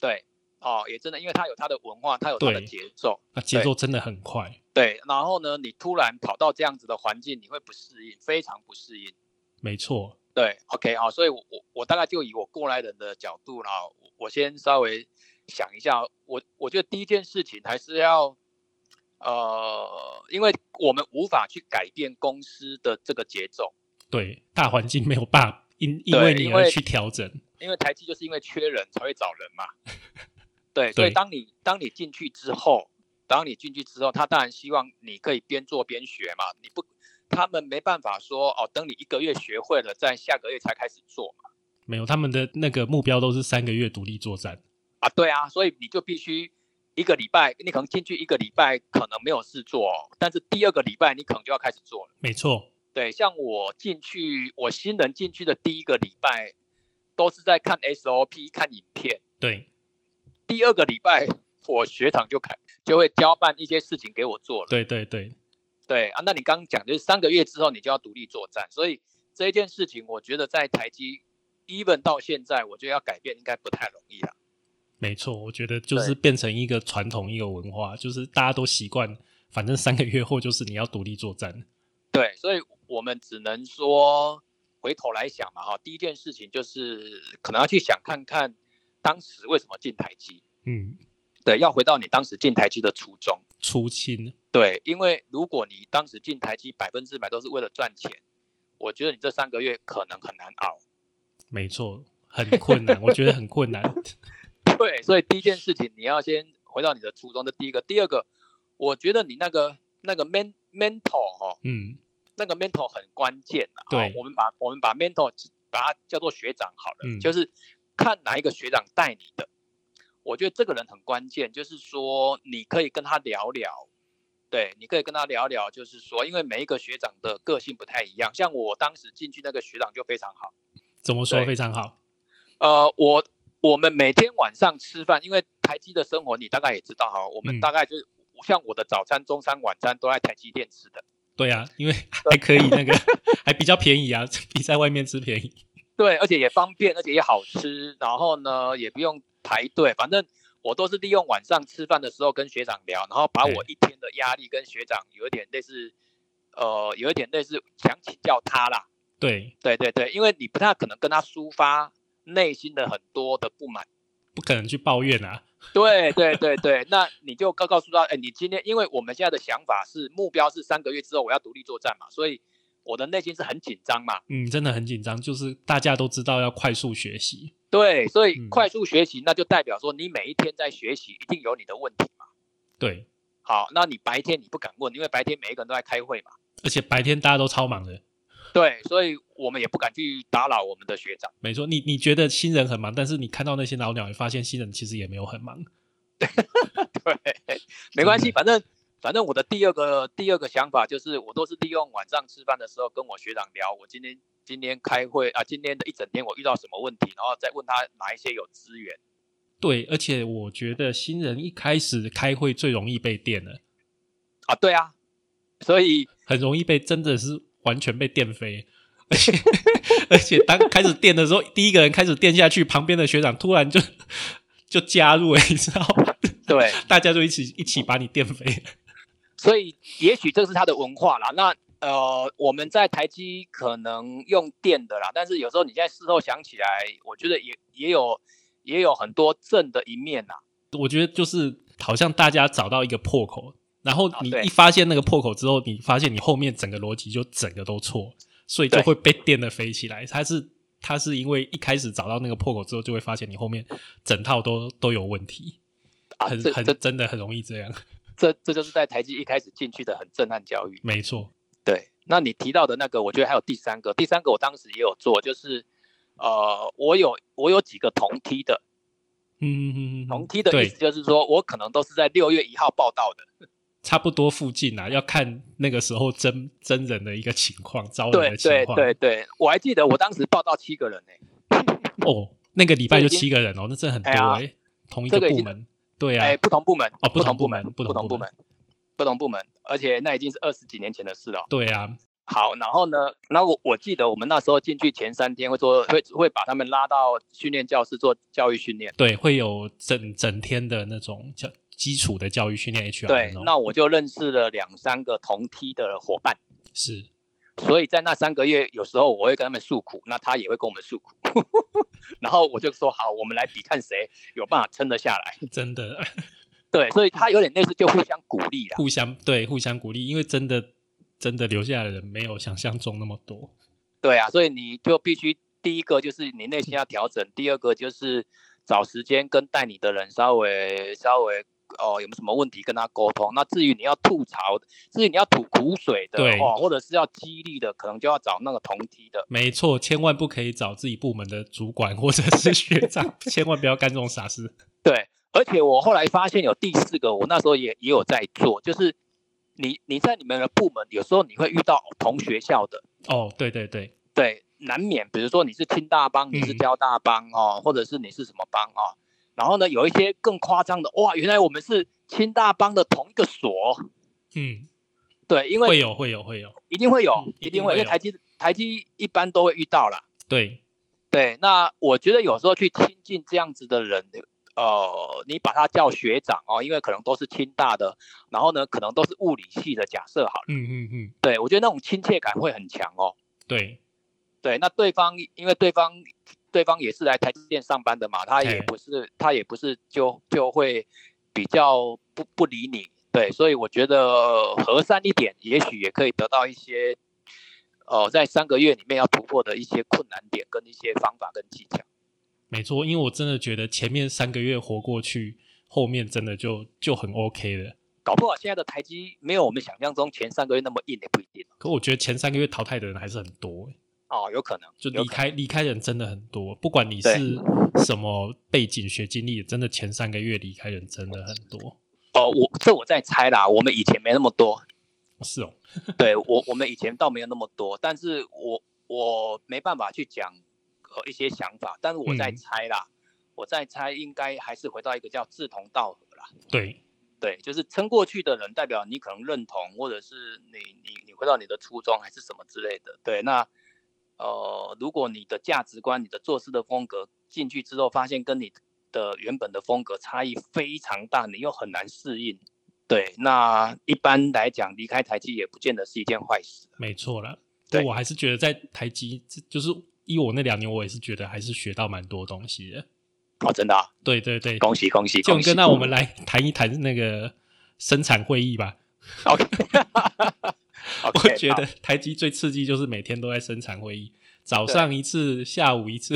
[SPEAKER 2] 对，哦，也真的，因为它有它的文化，它有它的
[SPEAKER 1] 对
[SPEAKER 2] 节奏，
[SPEAKER 1] 那节奏真的很快，
[SPEAKER 2] 对。然后呢，你突然跑到这样子的环境，你会不适应，非常不适应。
[SPEAKER 1] 没错，
[SPEAKER 2] 对，OK，好，所以我我我大概就以我过来人的角度啦，我我先稍微想一下，我我觉得第一件事情还是要，呃，因为我们无法去改变公司的这个节奏，
[SPEAKER 1] 对，大环境没有办法因因
[SPEAKER 2] 对
[SPEAKER 1] 为你
[SPEAKER 2] 因
[SPEAKER 1] 而
[SPEAKER 2] 为
[SPEAKER 1] 去调整，
[SPEAKER 2] 因为台积就是因为缺人才会找人嘛，对，所
[SPEAKER 1] 对
[SPEAKER 2] 以当你当你进去之后，当你进去之后，他当然希望你可以边做边学嘛，你不，他们没办法说哦，等你一个月学会了，在下个月才开始做嘛。
[SPEAKER 1] 没有他们的那个目标都是三个月独立作战，
[SPEAKER 2] 啊，对啊，所以你就必须一个礼拜，你可能进去一个礼拜可能没有事做、哦，但是第二个礼拜你可能就要开始做了。
[SPEAKER 1] 没错，
[SPEAKER 2] 对，像我进去，我新人进去的第一个礼拜都是在看 SOP、看影片，
[SPEAKER 1] 对
[SPEAKER 2] 第二个礼拜我学长就开就会交办一些事情给我做了。
[SPEAKER 1] 对对对，
[SPEAKER 2] 对啊，那你刚刚讲就是三个月之后你就要独立作战，所以这一件事情我觉得在台积，even 到现在，我觉得要改变应该不太容易了。
[SPEAKER 1] 没错，我觉得就是变成一个传统一个文化，就是大家都习惯，反正三个月后就是你要独立作战，
[SPEAKER 2] 对，所以我们只能说回头来想嘛，哈，第一件事情就是可能要去想看看当时为什么进台积，
[SPEAKER 1] 嗯，
[SPEAKER 2] 对，要回到你当时进台积的初衷，
[SPEAKER 1] 出清，
[SPEAKER 2] 对，因为如果你当时进台积百分之百都是为了赚钱，我觉得你这三个月可能很难熬。
[SPEAKER 1] 没错，很困难，我觉得很困难，
[SPEAKER 2] 对，所以第一件事情你要先回到你的初衷，这第一个，第二个，我觉得你那个那个 men mental 哈、哦，
[SPEAKER 1] 嗯，
[SPEAKER 2] 那个 mentor 很关键啊。
[SPEAKER 1] 对
[SPEAKER 2] 哦我们把我们把 mentor 把它叫做学长好了，
[SPEAKER 1] 嗯
[SPEAKER 2] 就是看哪一个学长带你的。我觉得这个人很关键，就是说你可以跟他聊聊，对，你可以跟他聊聊，就是说，因为每一个学长的个性不太一样，像我当时进去那个学长就非常好，
[SPEAKER 1] 怎么说
[SPEAKER 2] 对
[SPEAKER 1] 非常好，
[SPEAKER 2] 呃，我我们每天晚上吃饭，因为台积的生活你大概也知道哈，我
[SPEAKER 1] 嗯
[SPEAKER 2] 们大概就是、像我的早餐、中餐、晚餐都在台积店吃的。
[SPEAKER 1] 对啊，因为还可以那个还比较便宜啊，比在外面吃便宜，
[SPEAKER 2] 对，而且也方便，而且也好吃，然后呢也不用排队，反正我都是利用晚上吃饭的时候跟学长聊，然后把
[SPEAKER 1] 对
[SPEAKER 2] 我一天的压力跟学长有一点类似，呃，有一点类似想请教他啦。
[SPEAKER 1] 对，
[SPEAKER 2] 对对对，因为你不太可能跟他抒发内心的很多的不满。
[SPEAKER 1] 不可能去抱怨啊，
[SPEAKER 2] 对对对对，那你就告告诉他，哎，你今天，因为我们现在的想法是目标是三个月之后我要独立作战嘛，所以我的内心是很紧张嘛，
[SPEAKER 1] 嗯，真的很紧张，就是大家都知道要快速学习，
[SPEAKER 2] 对，
[SPEAKER 1] 嗯
[SPEAKER 2] 所以快速学习，那就代表说你每一天在学习，一定有你的问题嘛。
[SPEAKER 1] 对，
[SPEAKER 2] 好，那你白天你不敢问，因为白天每一个人都在开会嘛。
[SPEAKER 1] 而且白天大家都超忙的。
[SPEAKER 2] 对，所以我们也不敢去打扰我们的学长。
[SPEAKER 1] 没错，你你觉得新人很忙，但是你看到那些老鸟，你发现新人其实也没有很忙。
[SPEAKER 2] 对，没关系，反正反正我的第二个第二个想法就是，我都是利用晚上吃饭的时候跟我学长聊，我今天今天开会啊，今天的一整天我遇到什么问题，然后再问他哪一些有资源。
[SPEAKER 1] 对，而且我觉得新人一开始开会最容易被电了，
[SPEAKER 2] 啊，对啊，所以
[SPEAKER 1] 很容易被真的是完全被电飞。而且 而且当开始电的时候，第一个人开始电下去，旁边的学长突然就 就加入了，你知道吗？
[SPEAKER 2] 对，
[SPEAKER 1] 大家就一起一起把你电飞。
[SPEAKER 2] 所以也许这是他的文化啦。那呃，我们在台积可能用电的啦，但是有时候你现在事后想起来，我觉得也也有也有很多正的一面啊呐。
[SPEAKER 1] 我觉得就是好像大家找到一个破口，然后你
[SPEAKER 2] 啊对
[SPEAKER 1] 一发现那个破口之后，你发现你后面整个逻辑就整个都错，所以就
[SPEAKER 2] 对
[SPEAKER 1] 会被电的飞起来。它是它是因为一开始找到那个破口之后，就会发现你后面整套都都有问题，
[SPEAKER 2] 啊，
[SPEAKER 1] 很
[SPEAKER 2] 这
[SPEAKER 1] 很
[SPEAKER 2] 这
[SPEAKER 1] 真的很容易这样。
[SPEAKER 2] 这这就是在台积一开始进去的很震撼教育。
[SPEAKER 1] 没错，
[SPEAKER 2] 对，那你提到的那个，我觉得还有第三个，第三个我当时也有做，就是呃，我有我有几个同梯的，
[SPEAKER 1] 嗯嗯嗯
[SPEAKER 2] 同
[SPEAKER 1] 嗯，
[SPEAKER 2] 梯的意
[SPEAKER 1] 对
[SPEAKER 2] 思就是说我可能都是在六月一号报道的，
[SPEAKER 1] 差不多附近啊，要看那个时候真真人的一个情况，招人
[SPEAKER 2] 对
[SPEAKER 1] 的情
[SPEAKER 2] 对
[SPEAKER 1] 况。
[SPEAKER 2] 对对，我还记得我当时报道七个人呢、
[SPEAKER 1] 哦，那个礼拜就
[SPEAKER 2] 这已
[SPEAKER 1] 七
[SPEAKER 2] 经
[SPEAKER 1] 个人哦，那真的很多
[SPEAKER 2] 哎呀
[SPEAKER 1] 哎、同一个
[SPEAKER 2] 这个已
[SPEAKER 1] 部
[SPEAKER 2] 经
[SPEAKER 1] 门。对啊，
[SPEAKER 2] 哎、不同部门
[SPEAKER 1] 哦不
[SPEAKER 2] 不
[SPEAKER 1] 同
[SPEAKER 2] 同
[SPEAKER 1] 部
[SPEAKER 2] 部
[SPEAKER 1] 门
[SPEAKER 2] 门，
[SPEAKER 1] 不
[SPEAKER 2] 不
[SPEAKER 1] 同
[SPEAKER 2] 同
[SPEAKER 1] 部
[SPEAKER 2] 部
[SPEAKER 1] 门
[SPEAKER 2] 门，不同部门，而且那已经是二十几年前的事了。
[SPEAKER 1] 对啊，
[SPEAKER 2] 好，然后呢，那我我记得我们那时候进去前三天会做，会会把他们拉到训练教室做教育训练。
[SPEAKER 1] 对，会有整整天的那种教基础的教育训练哦 HR
[SPEAKER 2] 对
[SPEAKER 1] 那，种
[SPEAKER 2] 那我就认识了两三个同梯的伙伴，
[SPEAKER 1] 是
[SPEAKER 2] 所以在那三个月，有时候我会跟他们诉苦，那他也会跟我们诉苦， 然后我就说好，我们来比看谁有办法撑得下来。
[SPEAKER 1] 真的
[SPEAKER 2] 对，所以他有点类似就互相鼓励啦。
[SPEAKER 1] 互相对互相鼓励，因为真的真的留下来的人没有想象中那么多。
[SPEAKER 2] 对啊，所以你就必须第一个就是你内心要调整，第二个就是找时间跟带你的人稍微稍微哦有没有什么问题跟他沟通。那至于你要吐槽，至于你要吐苦水的
[SPEAKER 1] 对
[SPEAKER 2] 哦，或者是要激励的，可能就要找那个同梯的。
[SPEAKER 1] 没错，千万不可以找自己部门的主管或者是学 长，千万不要干这种傻事。
[SPEAKER 2] 对，而且我后来发现有第四个，我那时候也也有在做，就是你你在你们的部门，有时候你会遇到同学校的，
[SPEAKER 1] 哦，对对对，
[SPEAKER 2] 对，难免，比如说你是清大帮，你是
[SPEAKER 1] 嗯
[SPEAKER 2] 交大帮哦，或者是你是什么帮哦，然后呢，有一些更夸张的，哇，原来我们是清大帮的同一个所，
[SPEAKER 1] 嗯，
[SPEAKER 2] 对，因
[SPEAKER 1] 会
[SPEAKER 2] 为
[SPEAKER 1] 有会有会有，
[SPEAKER 2] 一定会有
[SPEAKER 1] 嗯，一定
[SPEAKER 2] 一定
[SPEAKER 1] 会
[SPEAKER 2] 会，因为
[SPEAKER 1] 有
[SPEAKER 2] 台积台积一般都会遇到啦。
[SPEAKER 1] 对，
[SPEAKER 2] 对，那我觉得有时候去亲近这样子的人，呃，你把他叫学长哦，因为可能都是清大的，然后呢，可能都是物理系的，假设好了，
[SPEAKER 1] 嗯嗯嗯，
[SPEAKER 2] 对我觉得那种亲切感会很强哦。
[SPEAKER 1] 对，
[SPEAKER 2] 对，那对方因为对方对方也是来台积电上班的嘛，他也
[SPEAKER 1] 对
[SPEAKER 2] 不是他也不是就就会比较不不理你，对，所以我觉得和善一点，也许也可以得到一些，呃，在三个月里面要突破的一些困难点跟一些方法跟技巧。
[SPEAKER 1] 没错，因为我真的觉得前面三个月活过去，后面真的就就很 OK 了。
[SPEAKER 2] 搞不好现在的台积没有我们想象中前三个月那么硬，也不一定
[SPEAKER 1] 可我觉得前三个月淘汰的人还是很多、欸
[SPEAKER 2] 哦，有可能
[SPEAKER 1] 就
[SPEAKER 2] 有
[SPEAKER 1] 离
[SPEAKER 2] 可能
[SPEAKER 1] 开离开人真的很多，不管你
[SPEAKER 2] 对
[SPEAKER 1] 是什么背景、学经历，真的前三个月离开人真的很多。
[SPEAKER 2] 哦，我这我在猜啦，我们以前没那么多，
[SPEAKER 1] 是哦，
[SPEAKER 2] 对我，我们以前倒没有那么多，但是我我没办法去讲呃一些想法，但是我在
[SPEAKER 1] 嗯
[SPEAKER 2] 猜啦，我在猜应该还是回到一个叫志同道合啦，
[SPEAKER 1] 对，
[SPEAKER 2] 对，就是撑过去的人，代表你可能认同，或者是你你你回到你的初衷还是什么之类的，对，那呃，如果你的价值观、你的做事的风格进去之后，发现跟你的原本的风格差异非常大，你又很难适应。对，那一般来讲，离开台积也不见得是一件坏事。
[SPEAKER 1] 没错啦。
[SPEAKER 2] 对
[SPEAKER 1] 我还是觉得在台积，这就是依我那两年，我也是觉得还是学到蛮多东西的。
[SPEAKER 2] 哦，真的、啊，
[SPEAKER 1] 对对对，
[SPEAKER 2] 恭喜恭喜
[SPEAKER 1] 就
[SPEAKER 2] 恭喜！
[SPEAKER 1] 跟那我们来谈一谈那个生产会议吧。
[SPEAKER 2] OK，, o
[SPEAKER 1] 我
[SPEAKER 2] k
[SPEAKER 1] 觉得台积最刺激就是每天都在生产会议，早
[SPEAKER 2] 对
[SPEAKER 1] 上一次，下午一次，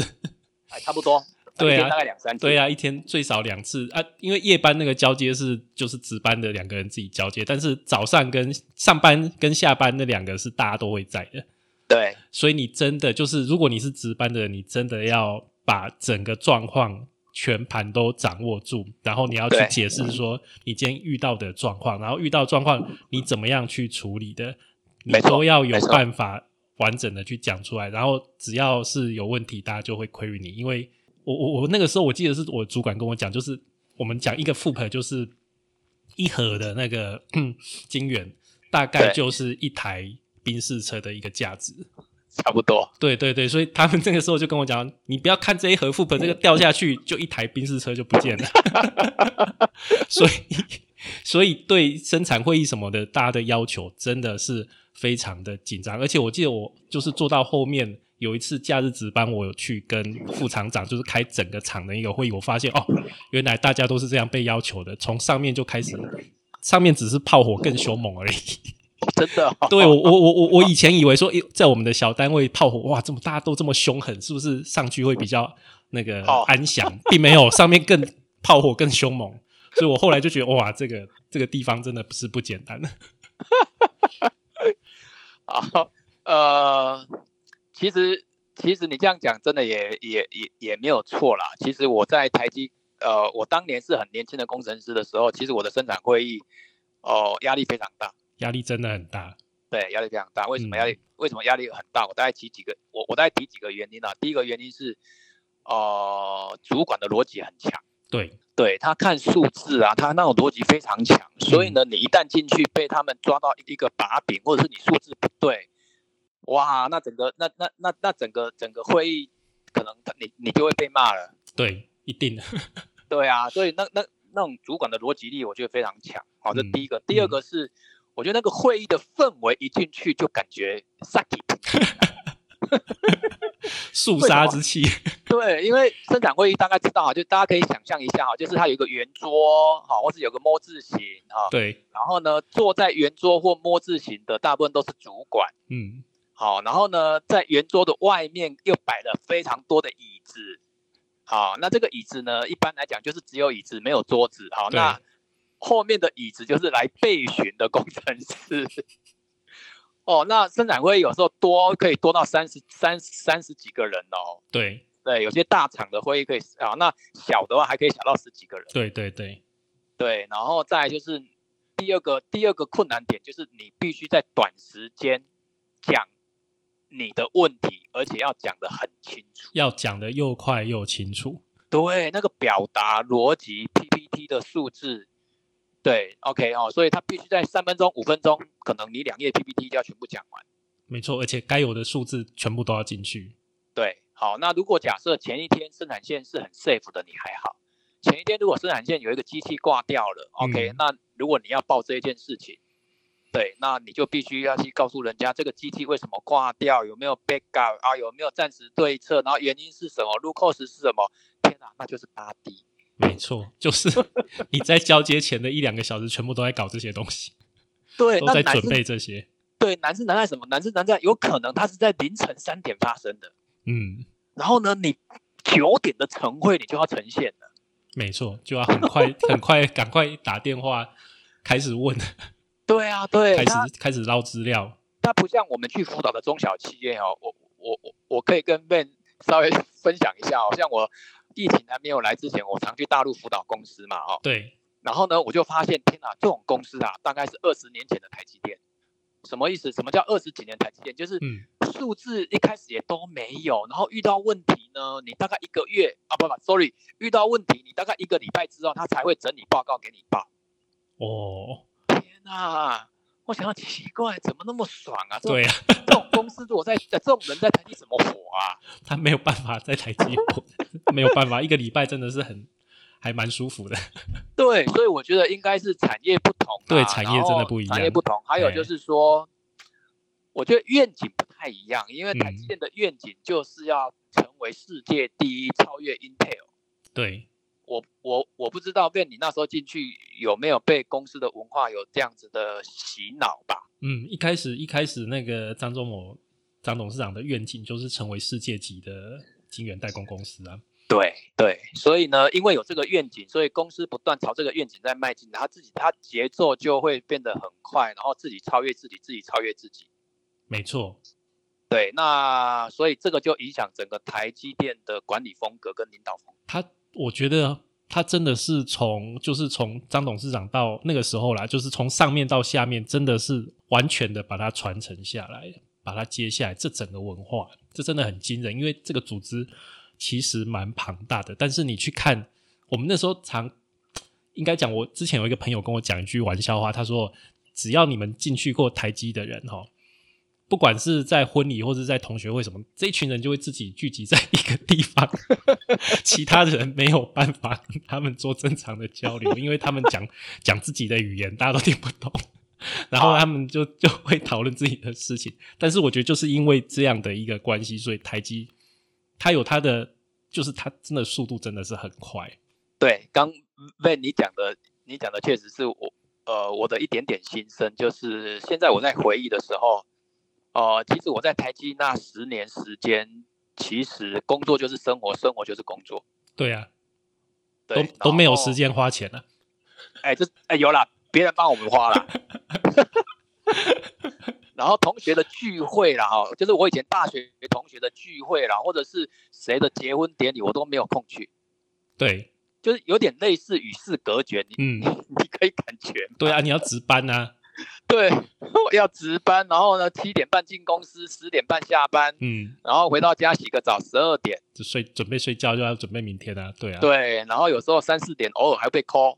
[SPEAKER 2] 哎，差不多，一
[SPEAKER 1] 对
[SPEAKER 2] 天
[SPEAKER 1] 啊
[SPEAKER 2] 大，概两三次。
[SPEAKER 1] 对啊，一天最少两次啊，因为夜班那个交接是就是值班的两个人自己交接，但是早上跟上班跟下班那两个是大家都会在的，
[SPEAKER 2] 对
[SPEAKER 1] 所以你真的就是如果你是值班的人，你真的要把整个状况全盘都掌握住，然后你要去
[SPEAKER 2] 对
[SPEAKER 1] 解释说你今天遇到的状况，然后遇到状况你怎么样去处理的，你
[SPEAKER 2] 没错
[SPEAKER 1] 都要有
[SPEAKER 2] 没错
[SPEAKER 1] 办法完整的去讲出来。然后只要是有问题，大家就会亏于你，因为我我我那个时候我记得是我主管跟我讲，就是我们讲一个 FUP 就是一盒的那个 金元，大概
[SPEAKER 2] 对
[SPEAKER 1] 就是一台宾士车的一个价值。
[SPEAKER 2] 差不多。
[SPEAKER 1] 对对对，所以他们那个时候就跟我讲，你不要看这一盒副本，这个掉下去就一台宾士车就不见了。 所以，所以对生产会议什么的，大家的要求真的是非常的紧张。而且我记得我就是做到后面有一次假日值班，我有去跟副厂长就是开整个厂的一个会议，我发现哦，原来大家都是这样被要求的，从上面就开始，上面只是炮火更凶猛而已。
[SPEAKER 2] 真的、 哦，
[SPEAKER 1] 对我我我我我以前以为说，诶在我们的小单位炮火哇，这么大家都这么凶狠，是不是上去会比较那个
[SPEAKER 2] 好
[SPEAKER 1] 安详？并没有，上面更炮火更凶猛，所以我后来就觉得哇，这个这个地方真的不是不简单的。
[SPEAKER 2] 啊，呃，其实其实你这样讲，真的也也也也没有错啦。其实我在台积，呃，我当年是很年轻的工程师的时候，其实我的生产会议，哦、压力非常大，
[SPEAKER 1] 压力真的很大，
[SPEAKER 2] 对，压力非常大。为什么
[SPEAKER 1] 嗯
[SPEAKER 2] 压力？为什么压力很大？我大概提几个，我我大概提几个原因啊。第一个原因是，呃，主管的逻辑很强。
[SPEAKER 1] 对，
[SPEAKER 2] 对他看数字啊，他那种逻辑非常强，所以呢，
[SPEAKER 1] 嗯
[SPEAKER 2] 你一旦进去被他们抓到一个把柄，或者是你数字不对，哇，那整个那那那那整个整个会议，可能他你你就会被骂了。
[SPEAKER 1] 对，一定的，
[SPEAKER 2] 对啊，所以那那那种主管的逻辑力，我觉得非常强。好、这
[SPEAKER 1] 嗯
[SPEAKER 2] 第一个，第二个是，我觉得那个会议的氛围一进去就感觉 s u c k
[SPEAKER 1] 肃杀之气，
[SPEAKER 2] 对，因为生产会议大概知道啊，就大家可以想象一下哈，就是它有一个圆桌哈，或是有个摸字形哈，
[SPEAKER 1] 对，
[SPEAKER 2] 然后呢，坐在圆桌或摸字形的大部分都是主管。
[SPEAKER 1] 嗯，
[SPEAKER 2] 好，然后呢，在圆桌的外面又摆了非常多的椅子。好，那这个椅子呢，一般来讲就是只有椅子没有桌子。好，
[SPEAKER 1] 对
[SPEAKER 2] 那后面的椅子就是来备询的工程师。 哦，那生产会有时候多可以多到三十三三十几个人哦。
[SPEAKER 1] 对，
[SPEAKER 2] 对，有些大厂的会议可以啊，那小的话还可以小到十几个人。
[SPEAKER 1] 对对对，
[SPEAKER 2] 对，然后再来就是第二个第二个困难点，就是你必须在短时间讲你的问题，而且要讲得很清楚。
[SPEAKER 1] 要讲的又快又清楚，
[SPEAKER 2] 对，那个表达逻辑 PPT 的数字，对，OK 哦，所以他必须在三分钟、五分钟，可能你两页 PPT 就要全部讲完。
[SPEAKER 1] 没错，而且该有的数字全部都要进去，
[SPEAKER 2] 对，好，那如果假设前一天生产线是很 safe 的，你还好。前一天如果生产线有一个机器挂掉了、o k
[SPEAKER 1] 嗯
[SPEAKER 2] 那如果你要报这一件事情，对，那你就必须要去告诉人家这个机器为什么挂掉，有没有 backup 啊，有没有暂时对策，然后原因是什么，入 cos 是什么？天哪、那就是八 D。
[SPEAKER 1] 没错，就是 你在交接前的一两个小时，全部都在搞这些东西，
[SPEAKER 2] 对，
[SPEAKER 1] 都
[SPEAKER 2] 那
[SPEAKER 1] 在
[SPEAKER 2] 难
[SPEAKER 1] 准
[SPEAKER 2] 是
[SPEAKER 1] 备这些。
[SPEAKER 2] 对难是难在什么？难是难在有可能它是在凌晨三点发生的，
[SPEAKER 1] 嗯，
[SPEAKER 2] 然后呢，你九点的晨会你就要呈现了。
[SPEAKER 1] 没错，就要很快、很快、 赶快打电话开始问，
[SPEAKER 2] 对啊，对，
[SPEAKER 1] 开始
[SPEAKER 2] 那
[SPEAKER 1] 开始捞资料。
[SPEAKER 2] 它不像我们去辅导的中小企业哦，我我我我可以跟 Ben 稍微 分享一下哦，像我疫情还没有来之前，我常去大陆辅导公司嘛哦，
[SPEAKER 1] 对，
[SPEAKER 2] 然后呢，我就发现，天哪，这种公司啊，大概是二十年前的台积电。什么意思？什么叫二十几年台积电？就是
[SPEAKER 1] 嗯，
[SPEAKER 2] 数字一开始也都没有，然后遇到问题呢，你大概一个月啊，不不，sorry，遇到问题你大概一个礼拜之后，他才会整理报告给你报。
[SPEAKER 1] 哦，
[SPEAKER 2] 天哪！我想要奇怪，怎么那么爽啊？这种
[SPEAKER 1] 对啊，
[SPEAKER 2] 这种公司如果在这种人在台积怎么火啊？
[SPEAKER 1] 他没有办法在台积播，没有办法，一个礼拜真的是很还蛮舒服的。
[SPEAKER 2] 对，所以我觉得应该是产业不同、啊，
[SPEAKER 1] 对产业
[SPEAKER 2] 然后
[SPEAKER 1] 真的不一样
[SPEAKER 2] 产业不同。还有就是说，我觉得愿景不太一样，因为
[SPEAKER 1] 嗯
[SPEAKER 2] 台积电的愿景就是要成为世界第一，超越 Intel。
[SPEAKER 1] 对，
[SPEAKER 2] 我我我不知道，Ben，你那时候进去有没有被公司的文化有这样子的洗脑吧？
[SPEAKER 1] 嗯，一开始一开始那个张忠谋张董事长的愿景就是成为世界级的晶圆代工公司啊。
[SPEAKER 2] 对对，所以呢，因为有这个愿景，所以公司不断朝这个愿景在迈进，它自己它节奏就会变得很快，然后自己超越自己，自己超越自己。
[SPEAKER 1] 没错，
[SPEAKER 2] 对，那所以这个就影响整个台积电的管理风格跟领导风格。
[SPEAKER 1] 他我觉得他真的是从就是从张董事长到那个时候啦，就是从上面到下面，真的是完全的把它传承下来，把它接下来，这整个文化，这真的很惊人，因为这个组织其实蛮庞大的，但是你去看，我们那时候常应该讲，我之前有一个朋友跟我讲一句玩笑话，他说只要你们进去过台积的人哈。不管是在婚礼或者在同学会什么，这一群人就会自己聚集在一个地方， 其他人没有办法跟他们做正常的交流，因为他们讲讲自己的语言，大家都听不懂，然后他们就就会讨论自己的事情。但是我觉得就是因为这样的一个关系，所以台积它有它的，就是它真的速度真的是很快。
[SPEAKER 2] 对，刚被你讲的，你讲的确实是我呃我的一点点心声，就是现在我在回忆的时候。呃，其实我在台积那十年时间，其实工作就是生活，生活就是工作，
[SPEAKER 1] 对啊，
[SPEAKER 2] 对，
[SPEAKER 1] 都都没有时
[SPEAKER 2] 间。
[SPEAKER 1] 间花钱啊了、
[SPEAKER 2] 哎，这哎有啦，别人帮我们花啦。 然后同学的聚会啦，哈，就是我以前大学同学的聚会啦，或者是谁的结婚典礼，我都没有空去，
[SPEAKER 1] 对，
[SPEAKER 2] 就是有点类似与世隔绝，你
[SPEAKER 1] 嗯，
[SPEAKER 2] 你可以感觉吗
[SPEAKER 1] 对啊，你要值班啊，
[SPEAKER 2] 对， 我要值班，然后呢七点半进公司，十点半下班，
[SPEAKER 1] 嗯，
[SPEAKER 2] 然后回到家洗个澡，十二点。
[SPEAKER 1] 就睡准备睡觉就要准备明天啊，对啊，
[SPEAKER 2] 对，然后有时候三四点偶尔还被 call，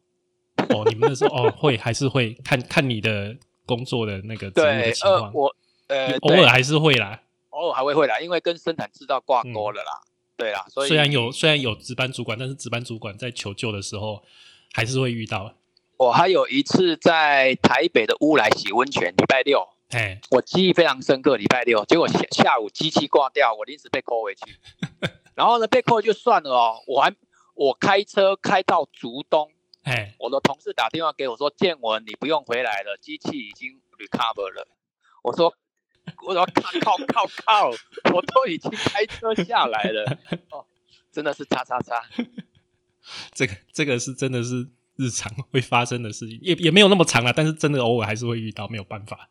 [SPEAKER 1] 哦，你们那时候哦会还是会看看你的工作的那个职务的
[SPEAKER 2] 对，
[SPEAKER 1] 情
[SPEAKER 2] 呃，
[SPEAKER 1] 况，
[SPEAKER 2] 我呃，
[SPEAKER 1] 偶
[SPEAKER 2] 对
[SPEAKER 1] 尔啊还是会啦。
[SPEAKER 2] 偶尔还会会啦，因为跟生产制造挂钩了啦，对啦，所
[SPEAKER 1] 嗯
[SPEAKER 2] 以
[SPEAKER 1] 虽然有虽然有值班主管，但是值班主管在求救的时候还是会遇到。啊
[SPEAKER 2] 我哦还有一次在台北的乌来洗温泉，礼拜六，
[SPEAKER 1] 哎，
[SPEAKER 2] 我记忆非常深刻，礼拜六，结果下下午机器挂掉，我临时被扣回去，然后呢被扣就算了哦，我还我开车开到竹东，
[SPEAKER 1] 哎，
[SPEAKER 2] 我的同事打电话给我说：“建文，你不用回来了，机器已经 recover 了。”我说：“我说靠靠靠靠，我都已经开车下来了。”哦，真的是叉叉叉。
[SPEAKER 1] 这个这个是真的是日常会发生的事情，也也没有那么长了，但是真的偶尔还是会遇到，没有办法。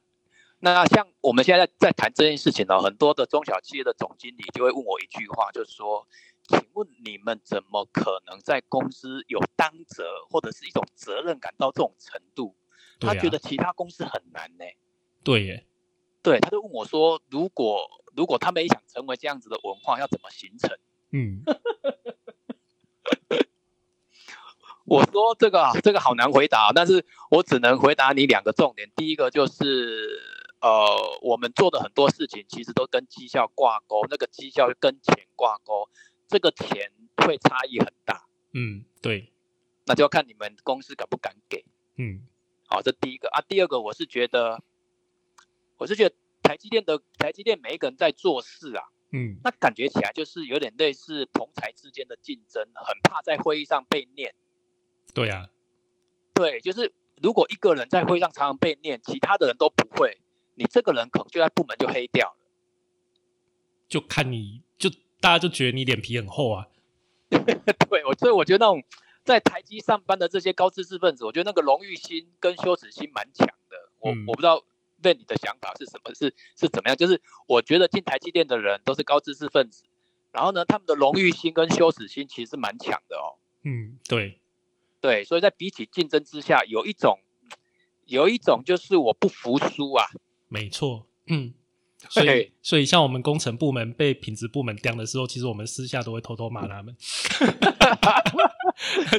[SPEAKER 2] 那像我们现在在谈这件事情呢、哦很多的中小企业的总经理就会问我一句话，就是说：“请问你们怎么可能在公司有当责或者是一种责任感到这种程度？”
[SPEAKER 1] 对
[SPEAKER 2] 他
[SPEAKER 1] 啊，
[SPEAKER 2] 觉得其他公司很难呢、
[SPEAKER 1] 对耶，
[SPEAKER 2] 对，他就问我说：“如果如果他们也想成为这样子的文化，要怎么形成
[SPEAKER 1] 嗯，？”
[SPEAKER 2] 我说：“这个啊这个好难回答，但是我只能回答你两个重点。第一个就是，呃，我们做的很多事情其实都跟绩效挂钩，那个绩效跟钱挂钩，这个钱会差异很大，
[SPEAKER 1] 嗯，对，
[SPEAKER 2] 那就要看你们公司敢不敢给。
[SPEAKER 1] 嗯，
[SPEAKER 2] 好、这第一个啊。第二个，我是觉得，我是觉得台积电的台积电每一个人在做事啊，
[SPEAKER 1] 嗯，
[SPEAKER 2] 那感觉起来就是有点类似同才之间的竞争，很怕在会议上被念。
[SPEAKER 1] 对啊，
[SPEAKER 2] 对，就是如果一个人在会上常常被念，其他的人都不会，你这个人可能就在部门就黑掉了。
[SPEAKER 1] 就看你就大家就觉得你脸皮很厚啊，
[SPEAKER 2] 对我，所以我觉得那种在台积上班的这些高知识分子，我觉得那个荣誉心跟羞耻心蛮强的。我、
[SPEAKER 1] 嗯
[SPEAKER 2] 我不知道问你的想法是什么，是是怎么样？就是我觉得进台积电的人都是高知识分子，然后呢，他们的荣誉心跟羞耻心其实蛮强的哦。
[SPEAKER 1] 嗯，对，
[SPEAKER 2] 对，所以在比起竞争之下，有一种，有一种就是我不服输啊。
[SPEAKER 1] 没错，嗯，所以
[SPEAKER 2] 嘿
[SPEAKER 1] 所以像我们工程部门被品质部门刁的时候，其实我们私下都会偷偷骂他们，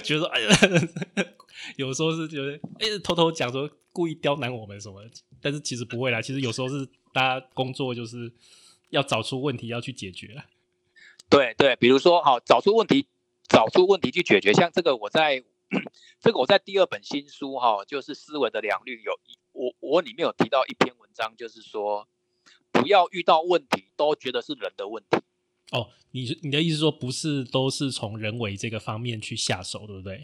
[SPEAKER 1] 觉得说哎呀，有时候是觉得哎偷偷讲说故意刁难我们什么，但是其实不会啦，其实有时候是大家工作就是要找出问题要去解决啦，
[SPEAKER 2] 对对，比如说好，找出问题，找出问题去解决。像这个我在，这个我在第二本新书哈、就是《思维的良率》有一我我里面有提到一篇文章，就是说不要遇到问题都觉得是人的问题。
[SPEAKER 1] 哦，你是你的意思说不是都是从人为这个方面去下手，对不对？，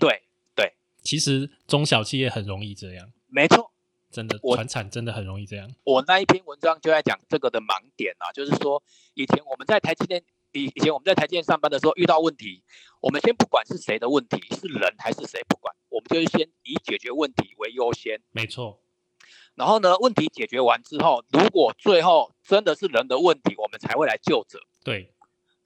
[SPEAKER 2] 对，
[SPEAKER 1] 其实中小企业很容易这样，
[SPEAKER 2] 没错，
[SPEAKER 1] 真的，
[SPEAKER 2] 我
[SPEAKER 1] 传产真的很容易这样，
[SPEAKER 2] 我那一篇文章就在讲这个的盲点啊，就是说以前我们在台积电以以前我们在台积电上班的时候遇到问题，我们先不管是谁的问题，是人还是谁不管，我们就是先以解决问题为优先。
[SPEAKER 1] 没错，
[SPEAKER 2] 然后呢，问题解决完之后，如果最后真的是人的问题，我们才会来救责。
[SPEAKER 1] 对，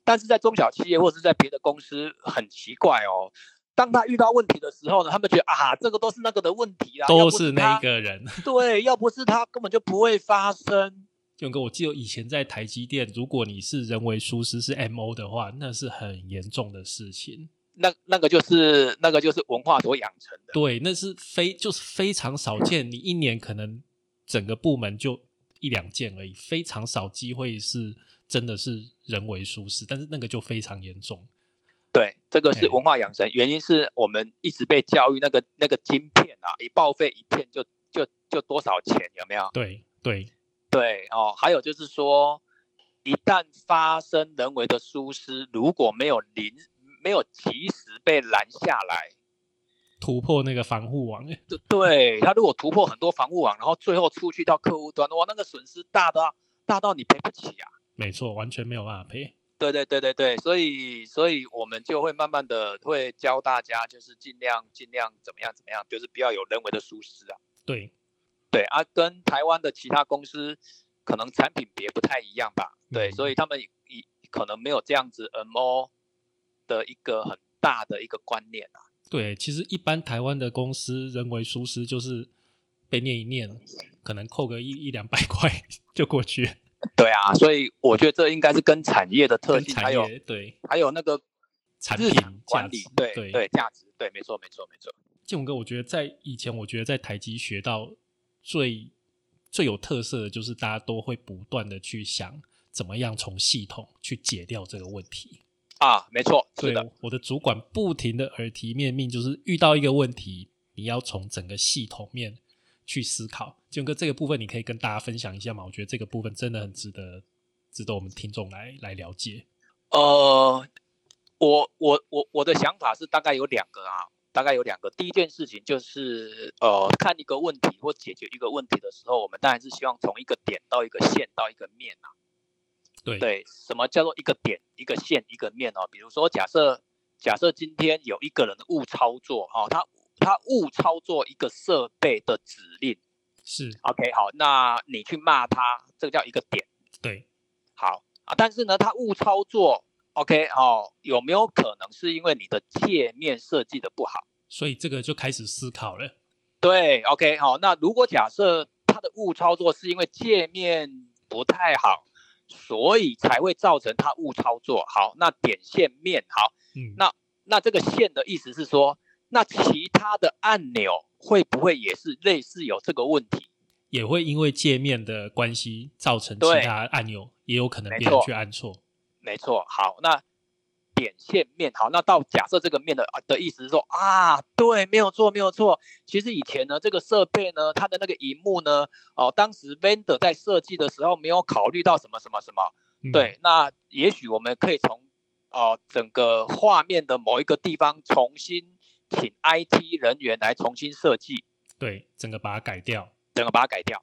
[SPEAKER 2] 但是在中小企业或者是在别的公司，很奇怪哦。当他遇到问题的时候呢，他们觉得啊，这个都是那个的问题啊啦，
[SPEAKER 1] 都是那
[SPEAKER 2] 那
[SPEAKER 1] 一个人。
[SPEAKER 2] 对，要不是他根本就不会发生。
[SPEAKER 1] 俊哥，我记得以前在台积电，如果你是人为疏失是 M O 的话，那是很严重的事情。
[SPEAKER 2] 那那个就是那个就是文化所养成的。
[SPEAKER 1] 对，那是非就是非常少见，你一年可能整个部门就一两件而已，非常少机会是真的是人为疏失，但是那个就非常严重。
[SPEAKER 2] 对，这个是
[SPEAKER 1] 哎
[SPEAKER 2] 文化养成，原因是我们一直被教育那个那个晶片啊，一报废一片就就就多少钱，有没有？
[SPEAKER 1] 对对，
[SPEAKER 2] 对哦，还有就是说，一旦发生人为的疏失，如果没有临没有及时被拦下来，
[SPEAKER 1] 突破那个防护网，
[SPEAKER 2] 对对他如果突破很多防护网，然后最后出去到客户端，哇，那个损失大到大到你赔不起啊！
[SPEAKER 1] 没错，完全没有办法赔。
[SPEAKER 2] 对对对对对，所以所以我们就会慢慢的会教大家，就是尽量尽量怎么样怎么样，就是不要有人为的疏失啊。
[SPEAKER 1] 对，
[SPEAKER 2] 对啊，跟台湾的其他公司可能产品别不太一样吧。对，
[SPEAKER 1] 嗯
[SPEAKER 2] 所以他们以可能没有这样子 MO 的一个很大的一个观念啊。
[SPEAKER 1] 对，其实一般台湾的公司人为疏失就是被念一念，可能扣个一一两百块 就过去，
[SPEAKER 2] 对啊，所以我觉得这应该是跟产业的特
[SPEAKER 1] 跟
[SPEAKER 2] 性，
[SPEAKER 1] 产
[SPEAKER 2] 还有
[SPEAKER 1] 业对
[SPEAKER 2] 还有那个
[SPEAKER 1] 产
[SPEAKER 2] 日
[SPEAKER 1] 品
[SPEAKER 2] 常
[SPEAKER 1] 价
[SPEAKER 2] 管
[SPEAKER 1] 值
[SPEAKER 2] 理，对
[SPEAKER 1] 对
[SPEAKER 2] 对价值，对，没错没错没错。
[SPEAKER 1] 建宏哥，我觉得在以前，我觉得在台积学到最最有特色的就是大家都会不断的去想怎么样从系统去解掉这个问题。
[SPEAKER 2] 啊，没错，是
[SPEAKER 1] 对
[SPEAKER 2] 的，，
[SPEAKER 1] 我的主管不停的耳提面命，就是遇到一个问题，你要从整个系统面去思考。建宏哥，这个部分你可以跟大家分享一下吗？我觉得这个部分真的很值得值得我们听众来来了解。
[SPEAKER 2] 呃，我我我我的想法是大概有两个啊，大概有两个。第一件事情就是，呃，看一个问题或解决一个问题的时候，我们当然是希望从一个点到一个线到一个面啊。
[SPEAKER 1] 对
[SPEAKER 2] 对，什么叫做一个点、一个线、一个面哦？比如说，假设假设今天有一个人误操作哦，他他误操作一个设备的指令
[SPEAKER 1] 是
[SPEAKER 2] ，OK，好，那你去骂他，这个叫一个点。
[SPEAKER 1] 对
[SPEAKER 2] 好啊，但是呢，它误操作，OK 哦，有没有可能是因为你的界面设计的不好？
[SPEAKER 1] 所以这个就开始思考了。
[SPEAKER 2] 对，OK 好、那如果假设它的误操作是因为界面不太好，所以才会造成它误操作。好，那点线面好，
[SPEAKER 1] 嗯，
[SPEAKER 2] 那那这个线的意思是说，那其他的按钮会不会也是类似有这个问题？
[SPEAKER 1] 也会因为界面的关系造成其
[SPEAKER 2] 对
[SPEAKER 1] 他按钮也有可能
[SPEAKER 2] 没
[SPEAKER 1] 别人
[SPEAKER 2] 错
[SPEAKER 1] 去按错。
[SPEAKER 2] 没错，好，那点线面，好，那到假设这个面的啊的意思是说啊，对，没有错，没有错。其实以前呢，这个设备呢，它的那个荧幕呢，哦，当时 vendor 在设计的时候没有考虑到什么什么什么，
[SPEAKER 1] 嗯，
[SPEAKER 2] 对，那也许我们可以从哦、整个画面的某一个地方重新请 IT 人员来重新设计，
[SPEAKER 1] 对，整个把它改掉，
[SPEAKER 2] 整个把它改掉。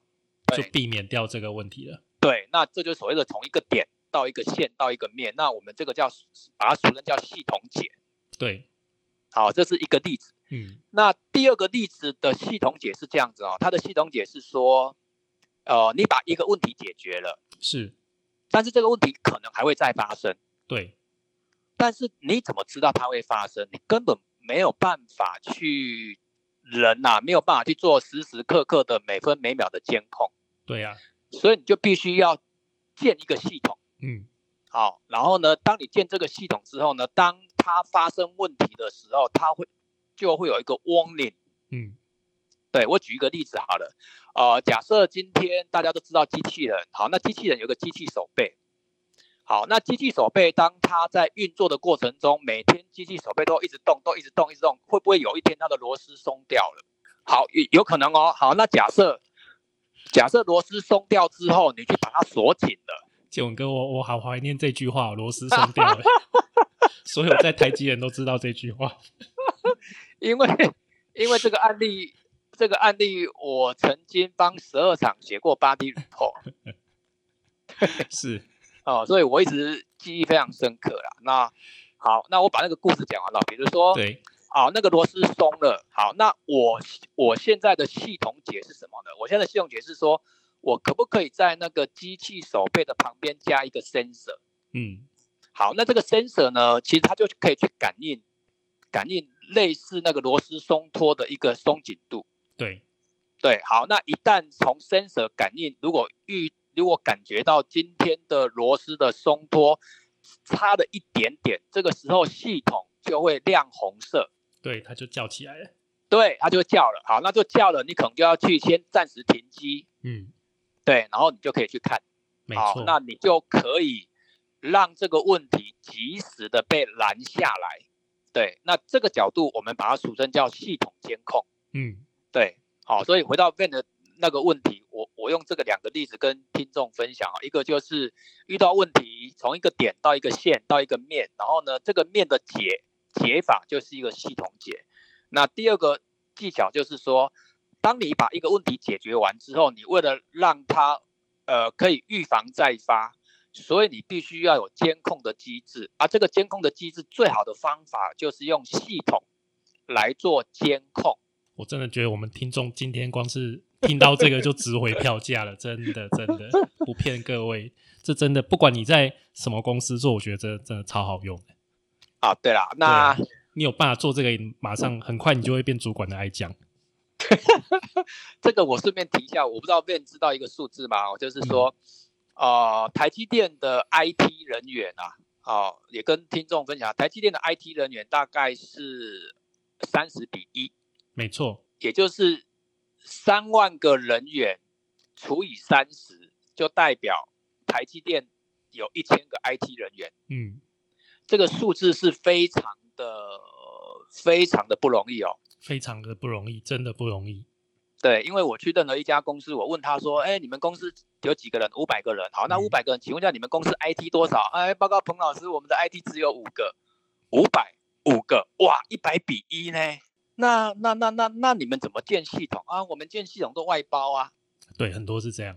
[SPEAKER 1] 就
[SPEAKER 2] 对
[SPEAKER 1] 避免掉这个问题了。
[SPEAKER 2] 对，那这就是所谓的从一个点到一个线到一个面，那我们这个叫把它俗称叫系统解。
[SPEAKER 1] 对，
[SPEAKER 2] 好，这是一个例子。
[SPEAKER 1] 嗯，
[SPEAKER 2] 那第二个例子的系统解是这样子哦，它的系统解是说，呃，你把一个问题解决了，
[SPEAKER 1] 是，
[SPEAKER 2] 但是这个问题可能还会再发生，
[SPEAKER 1] 对，
[SPEAKER 2] 但是你怎么知道它会发生？你根本没有办法去人呐、没有办法去做时时刻刻的每分每秒的监控，
[SPEAKER 1] 对啊呀、
[SPEAKER 2] 所以你就必须要建一个系统。
[SPEAKER 1] 嗯，
[SPEAKER 2] 好，然后呢，当你建这个系统之后呢，当它发生问题的时候，它会就会有一个 warning。
[SPEAKER 1] 嗯，
[SPEAKER 2] 对我举一个例子好了，呃，假设今天大家都知道机器人，好，那机器人有个机器手背，好，那机器手背当它在运作的过程中，每天机器手背都一直动，都一直动，一直动，会不会有一天它的螺丝松掉了？好，有有可能哦。好，那假设假设螺丝松掉之后，你去把它锁紧了，
[SPEAKER 1] 建文哥，我我好怀念这句话，螺丝松掉 了。所有在台积人都知道这句话。
[SPEAKER 2] 因为因为这个案例。这个案例，我曾经帮十二厂写过 body report，
[SPEAKER 1] 是，
[SPEAKER 2] 哦，所以我一直记忆非常深刻啦。那好，那我把那个故事讲完了，比如说，
[SPEAKER 1] 对，
[SPEAKER 2] 好，那个螺丝松了，好，那我我现在的系统解是什么呢？我现在的系统解是说我可不可以在那个机器手背的旁边加一个 sensor？
[SPEAKER 1] 嗯
[SPEAKER 2] 好，那这个 sensor 呢，其实它就可以去感应感应类似那个螺丝松脱的一个松紧度。
[SPEAKER 1] 对，
[SPEAKER 2] 对，好，那一旦从 sensor 感应，如果遇如果感觉到今天的螺丝的松脱差了一点点，这个时候系统就会亮红色，
[SPEAKER 1] 对，它就叫起来了，
[SPEAKER 2] 对，它就叫了。好，那就叫了，你可能就要去先暂时停机，
[SPEAKER 1] 嗯，
[SPEAKER 2] 对，然后你就可以去看，
[SPEAKER 1] 没
[SPEAKER 2] 好
[SPEAKER 1] 错，，
[SPEAKER 2] 那你就可以让这个问题及时的被拦下来。对，那这个角度我们把它俗称叫系统监控。
[SPEAKER 1] 嗯，
[SPEAKER 2] 对，好，所以回到 Van 的那个问题，我我用这个两个例子跟听众分享啊，一个就是遇到问题，从一个点到一个线到一个面，然后呢，这个面的解解法就是一个系统解。那第二个技巧就是说，当你把一个问题解决完之后，你为了让它呃可以预防再发。所以你必须要有监控的机制，而、这个监控的机制最好的方法就是用系统来做监控。
[SPEAKER 1] 我真的觉得我们听众今天光是听到这个就值回票价了， 真的真的不骗各位，这真的不管你在什么公司做，我觉得这真的超好用的。
[SPEAKER 2] 啊，对啦，那
[SPEAKER 1] 对你有办法做这个，马上很快你就会变主管的爱将。
[SPEAKER 2] 这个我顺便提一下，我不知道 Ben 知道一个数字吗？哦就是说，呃，台积电的 IT 人员啊，哦、也跟听众分享，台积电的 IT 人员大概是三十比一，
[SPEAKER 1] 没错，
[SPEAKER 2] 也就是三万个人员除以三十，就代表台积电有一千个 IT 人员。
[SPEAKER 1] 嗯，
[SPEAKER 2] 这个数字是非常的、非常的不容易哦。
[SPEAKER 1] 非常的不容易，真的不容易。
[SPEAKER 2] 对，因为我去任何一家公司，我问他说：“哎，你们公司有几个人？五百个人。好，那
[SPEAKER 1] 嗯
[SPEAKER 2] 五百个人，请问一下你们公司 IT 多少？”哎，报告彭老师，我们的 IT 只有五个，五百五个，哇，一百比一呢？那那那那那你们怎么建系统啊？我们建系统都外包啊。
[SPEAKER 1] 对，很多是这样。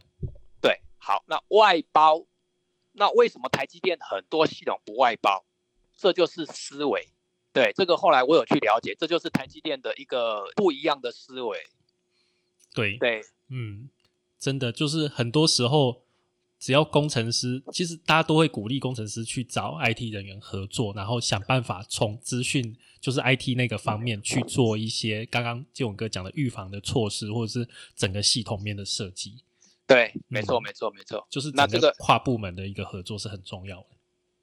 [SPEAKER 2] 对，好，那外包，那为什么台积电很多系统不外包？这就是思维。对，这个后来我有去了解，这就是台积电的一个不一样的思维。
[SPEAKER 1] 对，
[SPEAKER 2] 对，
[SPEAKER 1] 嗯，真的就是很多时候，只要工程师，其实大家都会鼓励工程师去找 IT 人员合作，然后想办法从资讯就是 IT 那个方面去做一些刚刚建勇哥讲的预防的措施，或者是整个系统面的设计，
[SPEAKER 2] 对，没错，
[SPEAKER 1] 嗯
[SPEAKER 2] 没错，没错。
[SPEAKER 1] 就是
[SPEAKER 2] 那
[SPEAKER 1] 整
[SPEAKER 2] 这
[SPEAKER 1] 个
[SPEAKER 2] 个
[SPEAKER 1] 跨部门的一个合作是很重要的。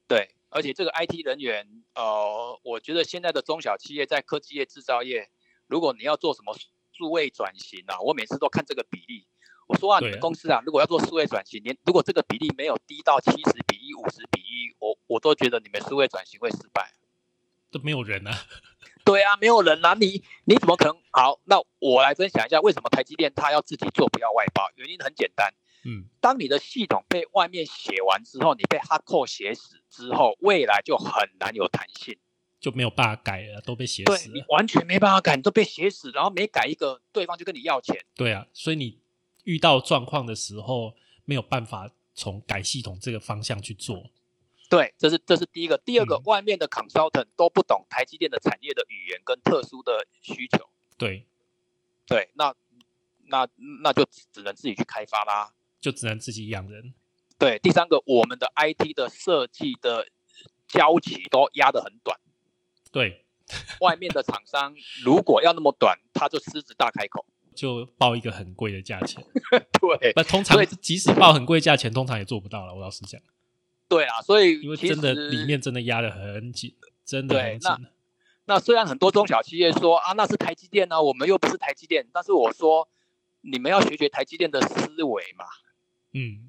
[SPEAKER 2] 对，而且这个 IT 人员，呃，我觉得现在的中小企业在科技业、制造业，如果你要做什么数位转型啊，我每次都看这个比例。我说啊，
[SPEAKER 1] 对
[SPEAKER 2] 你们公司啊，如果要做数位转型，连如果这个比例没有低到七十比一、五十比一，我我都觉得你们数位转型会失败。
[SPEAKER 1] 都没有人啊，
[SPEAKER 2] 对啊，没有人啊，你你怎么可能？好，那我来分享一下为什么台积电它要自己做，不要外包。原因很简单，
[SPEAKER 1] 嗯，
[SPEAKER 2] 当你的系统被外面写完之后，你被哈扣写死之后，未来就很难有弹性。
[SPEAKER 1] 就没有办法改了，都被写
[SPEAKER 2] 对
[SPEAKER 1] 死
[SPEAKER 2] 你
[SPEAKER 1] 了。
[SPEAKER 2] 完全没办法改，你都被写死，然后每改一个，对方就跟你要钱。
[SPEAKER 1] 对啊，所以你遇到状况的时候，没有办法从改系统这个方向去做。
[SPEAKER 2] 对，这是这是第一个。第二个，
[SPEAKER 1] 嗯
[SPEAKER 2] 外面的 consultant 都不懂台积电的产业的语言跟特殊的需求。
[SPEAKER 1] 对，
[SPEAKER 2] 对，那那那就只只能自己去开发啦。
[SPEAKER 1] 就只能自己养人。
[SPEAKER 2] 对，第三个，我们的 IT 的设计的交期都压得很短，
[SPEAKER 1] 对，
[SPEAKER 2] 外面的厂商如果要那么短，他就狮子大开口。
[SPEAKER 1] 就报一个很贵的价 钱。
[SPEAKER 2] 对，
[SPEAKER 1] 那通常
[SPEAKER 2] 所以
[SPEAKER 1] 即使报很贵价钱，通常也做不到了。我老实讲，
[SPEAKER 2] 对啊，所以
[SPEAKER 1] 因为
[SPEAKER 2] 其
[SPEAKER 1] 真的
[SPEAKER 2] 实
[SPEAKER 1] 里面真的压得很紧，真的
[SPEAKER 2] 对
[SPEAKER 1] 很紧。
[SPEAKER 2] 那虽然很多中小企业说啊，那是台积电呢、我们又不是台积电，但是我说你们要学学台积电的思维嘛，
[SPEAKER 1] 嗯，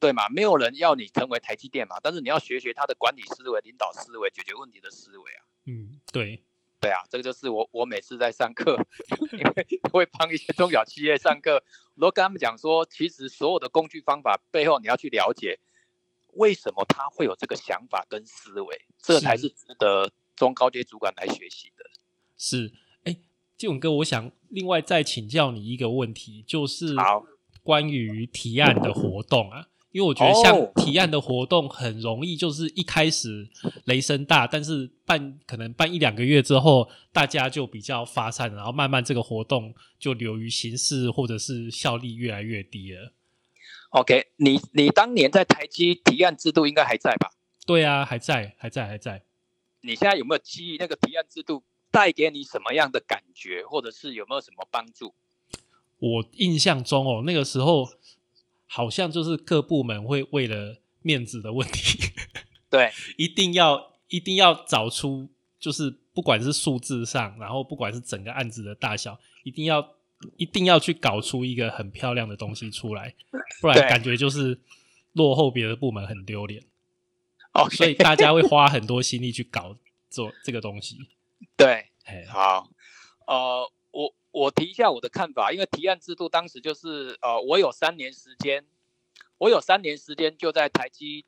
[SPEAKER 2] 对嘛？没有人要你成为台积电嘛，但是你要学学他的管理思维、领导思维、解决问题的思维啊。
[SPEAKER 1] 嗯，对，
[SPEAKER 2] 对啊，这个就是我我每次在上课， 因为会帮一些中小企业上课，我都跟他们讲说，其实所有的工具方法背后，你要去了解为什么他会有这个想法跟思维，这才
[SPEAKER 1] 是
[SPEAKER 2] 是值得中高阶主管来学习的。
[SPEAKER 1] 是。哎，建勇哥，我想另外再请教你一个问题，就是
[SPEAKER 2] 好
[SPEAKER 1] 关于提案的活动啊，因为我觉得像
[SPEAKER 2] 哦
[SPEAKER 1] 提案的活动很容易，就是一开始雷声大，但是办可能办一两个月之后，大家就比较发散，然后慢慢这个活动就流于形式，或者是效率越来越低了。
[SPEAKER 2] OK，你你当年在台积提案制度应该还在吧？
[SPEAKER 1] 对啊，还在，还在，还在。
[SPEAKER 2] 你现在有没有记忆那个提案制度带给你什么样的感觉，或者是有没有什么帮助？
[SPEAKER 1] 我印象中哦，那个时候好像就是各部门会为了面子的问题，
[SPEAKER 2] 对，
[SPEAKER 1] 一定要一定要找出，就是不管是数字上，然后不管是整个案子的大小，一定要一定要去搞出一个很漂亮的东西出来，不然
[SPEAKER 2] 对
[SPEAKER 1] 感觉就是落后别的部门很丢脸，
[SPEAKER 2] 哦，
[SPEAKER 1] 所以大家会花很多心力去搞做这个东西。
[SPEAKER 2] 对，
[SPEAKER 1] 哎，
[SPEAKER 2] 好，呃，我我提一下我的看法，因为提案制度当时就是呃，我有三年时间，我有三年时间就在台积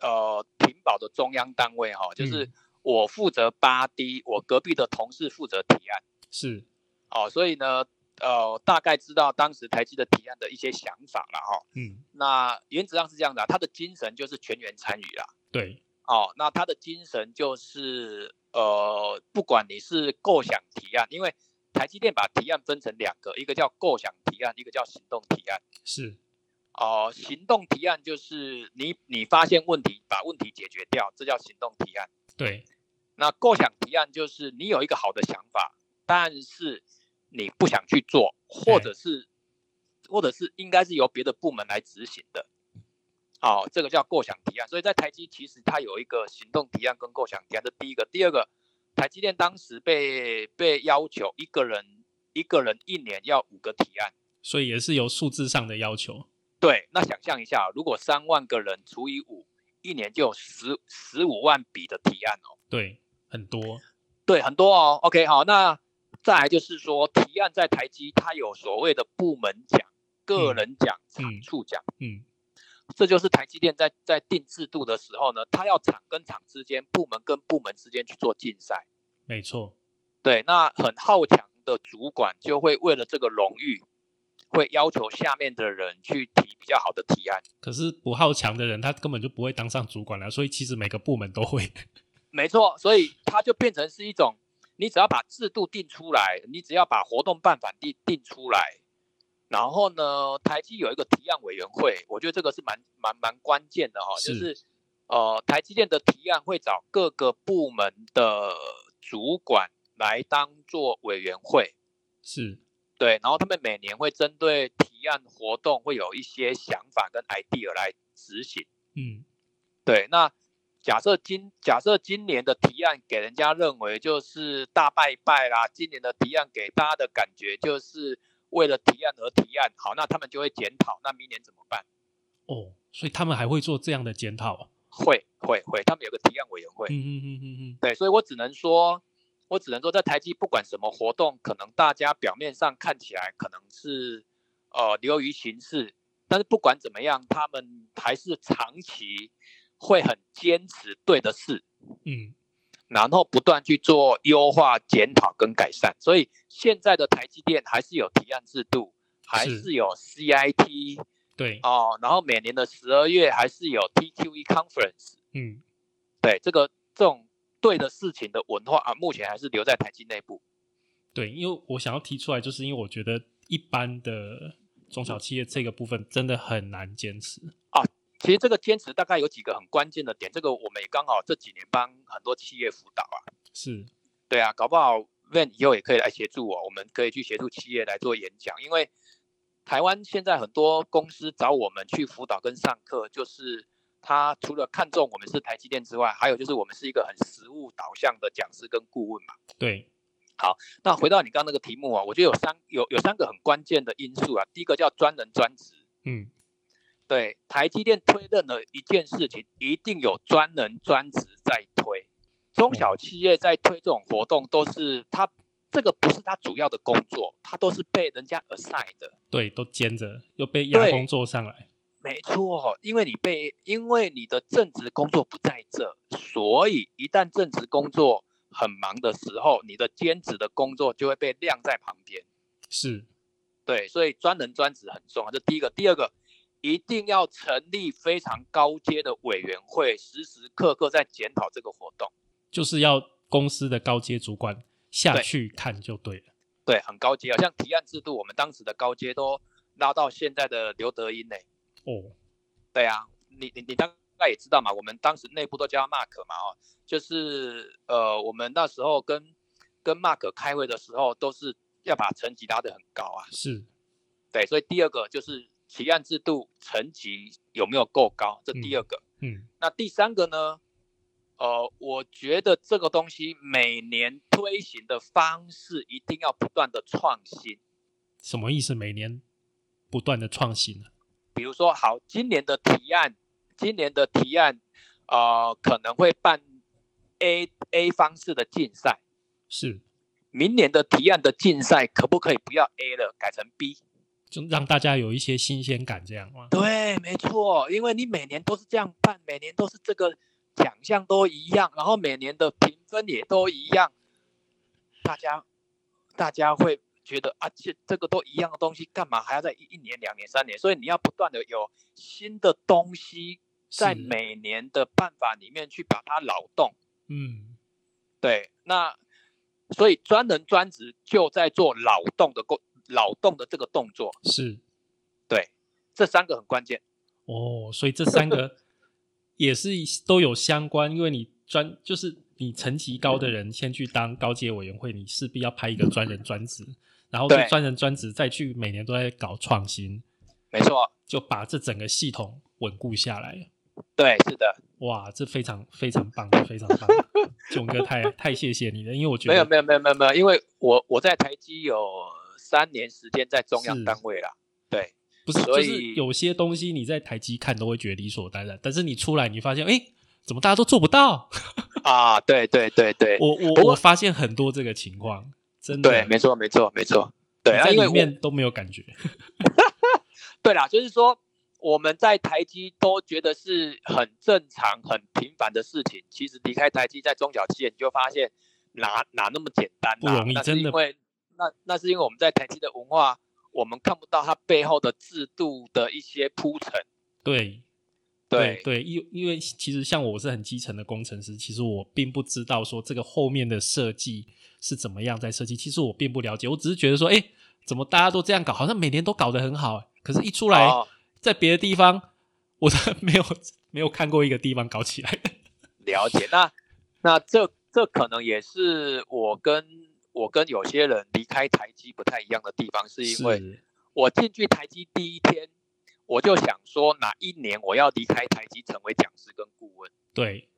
[SPEAKER 2] 呃屏保的中央单位哈、就是
[SPEAKER 1] 嗯
[SPEAKER 2] 我负责八 D，我隔壁的同事负责提案，
[SPEAKER 1] 是
[SPEAKER 2] 哦，所以呢，呃，大概知道当时台积的提案的一些想法了哈、
[SPEAKER 1] 嗯，
[SPEAKER 2] 那原则上是这样的啊、它的精神就是全员参与啦。
[SPEAKER 1] 对，
[SPEAKER 2] 哦，那他的精神就是呃，不管你是构想提案，因为台积电把提案分成两个，一个叫构想提案，一个叫行动提案。
[SPEAKER 1] 是
[SPEAKER 2] 哦、行动提案就是你你发现问题，把问题解决掉，这叫行动提案。
[SPEAKER 1] 对，
[SPEAKER 2] 那构想提案就是你有一个好的想法，但是你不想去做，或者是或者是应该是由别的部门来执行的。哦，这个叫构想提案。所以在台积其实它有一个行动提案跟构想提案，这第一个。第二个，台积电当时被被要求一个人一个人一年要五个提案。
[SPEAKER 1] 所以也是有数字上的要求。
[SPEAKER 2] 对，那想象一下，啊如果三万个人除以五，一年就有十十五万笔的提案哦。
[SPEAKER 1] 对，很多，
[SPEAKER 2] 对，很多哦。OK，好，那再来就是说，提案在台积，它有所谓的部门奖、个
[SPEAKER 1] 嗯
[SPEAKER 2] 人奖、
[SPEAKER 1] 嗯
[SPEAKER 2] 厂处奖，
[SPEAKER 1] 嗯，
[SPEAKER 2] 这就是台积电在在定制度的时候呢，它要厂跟厂之间、部门跟部门之间去做竞赛。
[SPEAKER 1] 没错，
[SPEAKER 2] 对，那很好强的主管就会为了这个荣誉，会要求下面的人去提比较好的提案。
[SPEAKER 1] 可是不好强的人，他根本就不会当上主管了，所以其实每个部门都会。
[SPEAKER 2] 没错，所以它就变成是一种，你只要把制度定出来，你只要把活动办法定定出来，然后呢，台积有一个提案委员会，我觉得这个是蛮蛮蛮关键的哈、
[SPEAKER 1] 是
[SPEAKER 2] 就是呃，台积电的提案会找各个部门的主管来当做委员会，
[SPEAKER 1] 是，
[SPEAKER 2] 对，然后他们每年会针对提案活动会有一些想法跟 idea 来执行。
[SPEAKER 1] 嗯，
[SPEAKER 2] 对，那假设今假设今年的提案给人家认为就是大拜拜啦，今年的提案给大家的感觉就是为了提案而提案，好，那他们就会检讨，那明年怎么办？
[SPEAKER 1] 哦，所以他们还会做这样的检讨、哦。
[SPEAKER 2] 会会会，他们有个提案委员会，
[SPEAKER 1] 嗯嗯嗯嗯嗯，
[SPEAKER 2] 对，所以我只能说，我只能说，在台积不管什么活动，可能大家表面上看起来可能是呃流于形式，但是不管怎么样，他们还是长期会很坚持对的事。
[SPEAKER 1] 嗯，
[SPEAKER 2] 然后不断去做优化、检讨跟改善。所以现在的台积电还是有提案制度，还是有 CIT
[SPEAKER 1] 对，
[SPEAKER 2] 哦，然后每年的十二月还是有 TQE Conference。
[SPEAKER 1] 嗯，
[SPEAKER 2] 对，这个这种对的事情的文化啊，目前还是留在台积内部。
[SPEAKER 1] 对，因为我想要提出来，就是因为我觉得一般的中小企业这个部分真的很难坚持。
[SPEAKER 2] 其实这个坚持大概有几个很关键的点，这个我们也刚好这几年帮很多企业辅导啊。
[SPEAKER 1] 是，
[SPEAKER 2] 对啊，搞不好 Van 以后也可以来协助我，我们可以去协助企业来做演讲，因为台湾现在很多公司找我们去辅导跟上课，就是他除了看重我们是台积电之外，还有就是我们是一个很实务导向的讲师跟顾问嘛。
[SPEAKER 1] 对，
[SPEAKER 2] 那回到你刚刚那个题目啊，我觉得有三有有三个很关键的因素啊，第一个叫专人专职。
[SPEAKER 1] 嗯，
[SPEAKER 2] 对，台积电推任何一件事情，一定有专人专职在推。中小企业在推这种活动，都是它这个不是它主要的工作，它都是被人家 assign 的。
[SPEAKER 1] 对，都兼着又被压
[SPEAKER 2] 对
[SPEAKER 1] 工作上来。
[SPEAKER 2] 没错，因为你被因为你的正职工作不在这，所以一旦正职工作很忙的时候，你的兼职的工作就会被晾在旁边。
[SPEAKER 1] 是，
[SPEAKER 2] 对，所以专人专职很重要，这第一个。第二个，一定要成立非常高阶的委员会，时时刻刻在检讨这个活动。
[SPEAKER 1] 就是要公司的高阶主管下去看就对了。
[SPEAKER 2] 对，很高阶啊，像提案制度，我们当时的高阶都拉到现在的刘德英呢、
[SPEAKER 1] 哦，
[SPEAKER 2] 对啊，你你你大概也知道嘛，我们当时内部都叫他 Mark 嘛，哦，就是呃，我们那时候跟跟 Mark 开会的时候，都是要把层级拉得很高啊。
[SPEAKER 1] 是
[SPEAKER 2] 对，所以第二个就是提案制度层级有没有够高，这第二个。
[SPEAKER 1] 嗯
[SPEAKER 2] 那第三个呢？呃，我觉得这个东西每年推行的方式一定要不断的创新。
[SPEAKER 1] 什么意思？每年不断的创新啊呢？
[SPEAKER 2] 比如说，好，今年的提案，今年的提案，呃，可能会办 A A 方式的竞赛，
[SPEAKER 1] 是
[SPEAKER 2] 明年的提案的竞赛可不可以不要 A 了，改成 B？
[SPEAKER 1] 就让大家有一些新鲜感，这样吗？
[SPEAKER 2] 对，没错，因为你每年都是这样办，每年都是这个奖项都一样，然后每年的评分也都一样，大家大家会觉得啊，这这个都一样的东西，干嘛还要在一一年、两年、三年？所以你要不断的有新的东西在
[SPEAKER 1] 是
[SPEAKER 2] 每年的办法里面去把它劳动。
[SPEAKER 1] 嗯，
[SPEAKER 2] 对，那所以专人专职就在做劳动的工，劳动的这个动作，
[SPEAKER 1] 是
[SPEAKER 2] 这三个很关键。
[SPEAKER 1] 哦，所以这三 个也是都有相关，因为你专就是你层级高的人先去当高阶委员会，你势必要拍一个专人专职，然后这
[SPEAKER 2] 对
[SPEAKER 1] 专人专职再去每年都在搞创新，
[SPEAKER 2] 没错，
[SPEAKER 1] 就把这整个系统稳固下来了。
[SPEAKER 2] 对，是的。
[SPEAKER 1] 哇，这非常非常棒，非常棒！囧哥太太谢谢你了，因为我觉
[SPEAKER 2] 没有
[SPEAKER 1] 得
[SPEAKER 2] 没有没有没有没有，因为我我在台积有三年时间在中央单位啦，对
[SPEAKER 1] 不是，
[SPEAKER 2] 所
[SPEAKER 1] 就
[SPEAKER 2] 以
[SPEAKER 1] 是有些东西你在台积看都会觉得理所当然，但是你出来你发现，哎，怎么大家都做不到？
[SPEAKER 2] 啊，对对对对
[SPEAKER 1] 我我
[SPEAKER 2] 不过
[SPEAKER 1] 我发现很多这个情况，真的
[SPEAKER 2] 对，没错没错没错，对
[SPEAKER 1] 你
[SPEAKER 2] 啊，
[SPEAKER 1] 在
[SPEAKER 2] 因为
[SPEAKER 1] 里
[SPEAKER 2] 我
[SPEAKER 1] 面都没有感觉。
[SPEAKER 2] 对啦，就是说我们在台积都觉得是很正常、很平凡的事情，其实离开台积在中小企业，你就发现哪哪那么简单
[SPEAKER 1] 不
[SPEAKER 2] 啦、
[SPEAKER 1] 容易
[SPEAKER 2] 那是
[SPEAKER 1] 真的
[SPEAKER 2] 因为那那是因为我们在台积的文化，我们看不到它背后的制度的一些铺陈，
[SPEAKER 1] 对
[SPEAKER 2] 对
[SPEAKER 1] 对，因因为其实像我是很基层的工程师，其实我并不知道说这个后面的设计是怎么样在设计，其实我并不了解，我只是觉得说，哎，怎么大家都这样搞，好像每年都搞得很好，可是一出来、
[SPEAKER 2] 哦
[SPEAKER 1] 在别的地方，我是 没有没有看过一个地方搞起来的。
[SPEAKER 2] 了解。那那这这可能也是我跟我跟有些人离开台积不太一样的地方，是因为
[SPEAKER 1] 是
[SPEAKER 2] 我进去台积第一天，我就想说哪一年我要离开台积成为讲师跟顾问，
[SPEAKER 1] 对，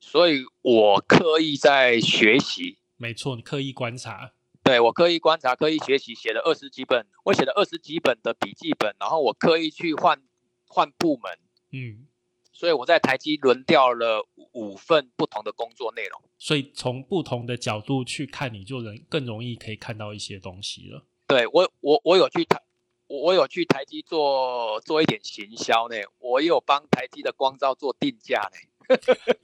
[SPEAKER 2] 所以我刻意在学习。
[SPEAKER 1] 没错，你刻意观察，
[SPEAKER 2] 对我刻意观察、刻意学习，写了二十几本，我写了二十几本的笔记本，然后我刻意去换换部门，
[SPEAKER 1] 嗯，
[SPEAKER 2] 所以我在台积轮调了五五份不同的工作内容。
[SPEAKER 1] 所以从不同的角度去看，你就能更容易可以看到一些东西了。
[SPEAKER 2] 对我，我我有去台，我我有去台积做做一点行销呢，我也有帮台积的光照做定价呢，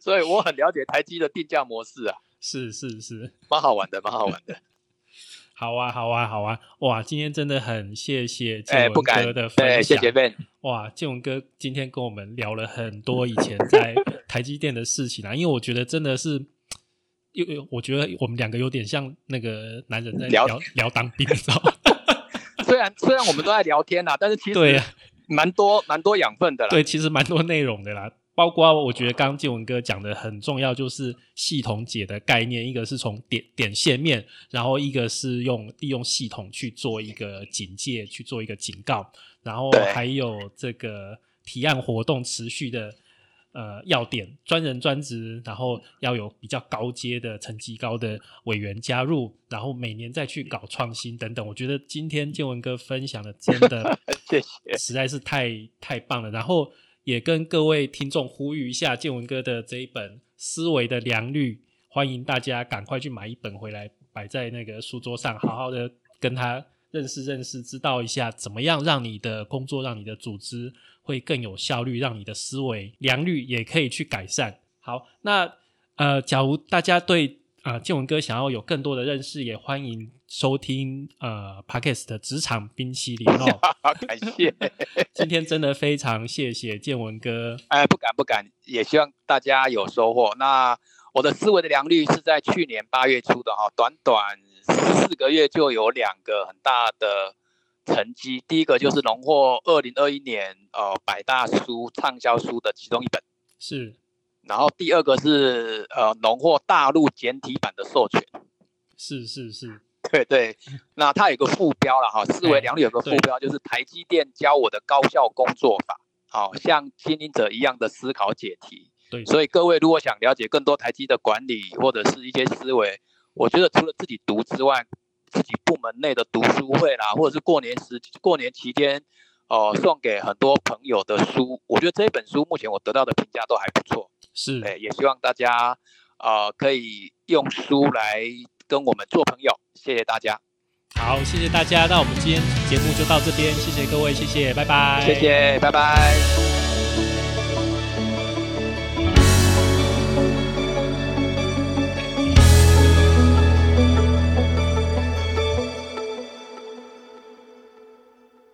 [SPEAKER 2] 所以我很了解台积的定价模式啊，
[SPEAKER 1] 是是是，
[SPEAKER 2] 蛮好玩的，蛮好玩的。
[SPEAKER 1] 好啊好啊好啊！哇，今天真的很谢谢建
[SPEAKER 2] 哎，
[SPEAKER 1] 文
[SPEAKER 2] 不敢
[SPEAKER 1] 哥的，分
[SPEAKER 2] 对，谢
[SPEAKER 1] 享。
[SPEAKER 2] 谢 Ben，
[SPEAKER 1] 哇，建文哥今天跟我们聊了很多以前 在台积电的事情啊，因为我觉得真的是。又又我觉得我们两个有点像那个男人在
[SPEAKER 2] 聊
[SPEAKER 1] 聊聊当兵，你知道吗？
[SPEAKER 2] 虽然虽然我们都在聊天啦，啊但是其
[SPEAKER 1] 对啊
[SPEAKER 2] 实
[SPEAKER 1] 呀、
[SPEAKER 2] 蛮多蛮多养分的啦。
[SPEAKER 1] 对，其实蛮多内容的啦，包括我觉得刚刚建文哥讲的很重要，就是系统解的概念，一个是从点点线面，然后一个是用利用系统去做一个警戒，去做一个警告，然后
[SPEAKER 2] 对
[SPEAKER 1] 还有这个提案活动持续的。呃，要点专人专职，然后要有比较高阶的、层级高的委员加入，然后每年再去搞创新等等。我觉得今天建文哥分享的真的
[SPEAKER 2] 谢谢。
[SPEAKER 1] 实在是太太棒了。然后也跟各位听众呼吁一下，建文哥的这一本《思维的良率》，欢迎大家赶快去买一本回来，摆在那个书桌上，好好的跟他认识认识，知道一下怎么样让你的工作、让你的组织会更有效率，让你的思维良率也可以去改善。好，那呃，假如大家对啊，建文哥想要有更多的认识，也欢迎收听呃 Podcast 的职场冰淇淋 哦。
[SPEAKER 2] 感谢，
[SPEAKER 1] 今天真的非常谢谢建文哥，
[SPEAKER 2] 哎，不敢不敢，也希望大家有收获。那我的思维的良率是在去年八月初的哈，短短四个月就有两个很大的成绩。第一个就是荣获二零二一年呃百大书畅销书的其中一本，
[SPEAKER 1] 是
[SPEAKER 2] 然后第二个是呃荣获大陆简体版的授权。
[SPEAKER 1] 是是是，
[SPEAKER 2] 对对，那它有个副标了哈，思维良率有个副标就是台积电教我的高效工作法，好、像经营者一样的思考解题。
[SPEAKER 1] 对
[SPEAKER 2] 所以各位如果想了解更多台积的管理或者是一些思维，我觉得除了自己读之外，自己部门内的读书会啦，或者是过年时过年期间，哦、送给很多朋友的书，我觉得这本书目前我得到的评价都还不错。
[SPEAKER 1] 是
[SPEAKER 2] 对，也希望大家呃可以用书来跟我们做朋友，谢谢大家，
[SPEAKER 1] 好，谢谢大家，那我们今天节目就到这边，谢谢各位，谢谢，拜拜，
[SPEAKER 2] 谢谢，拜拜。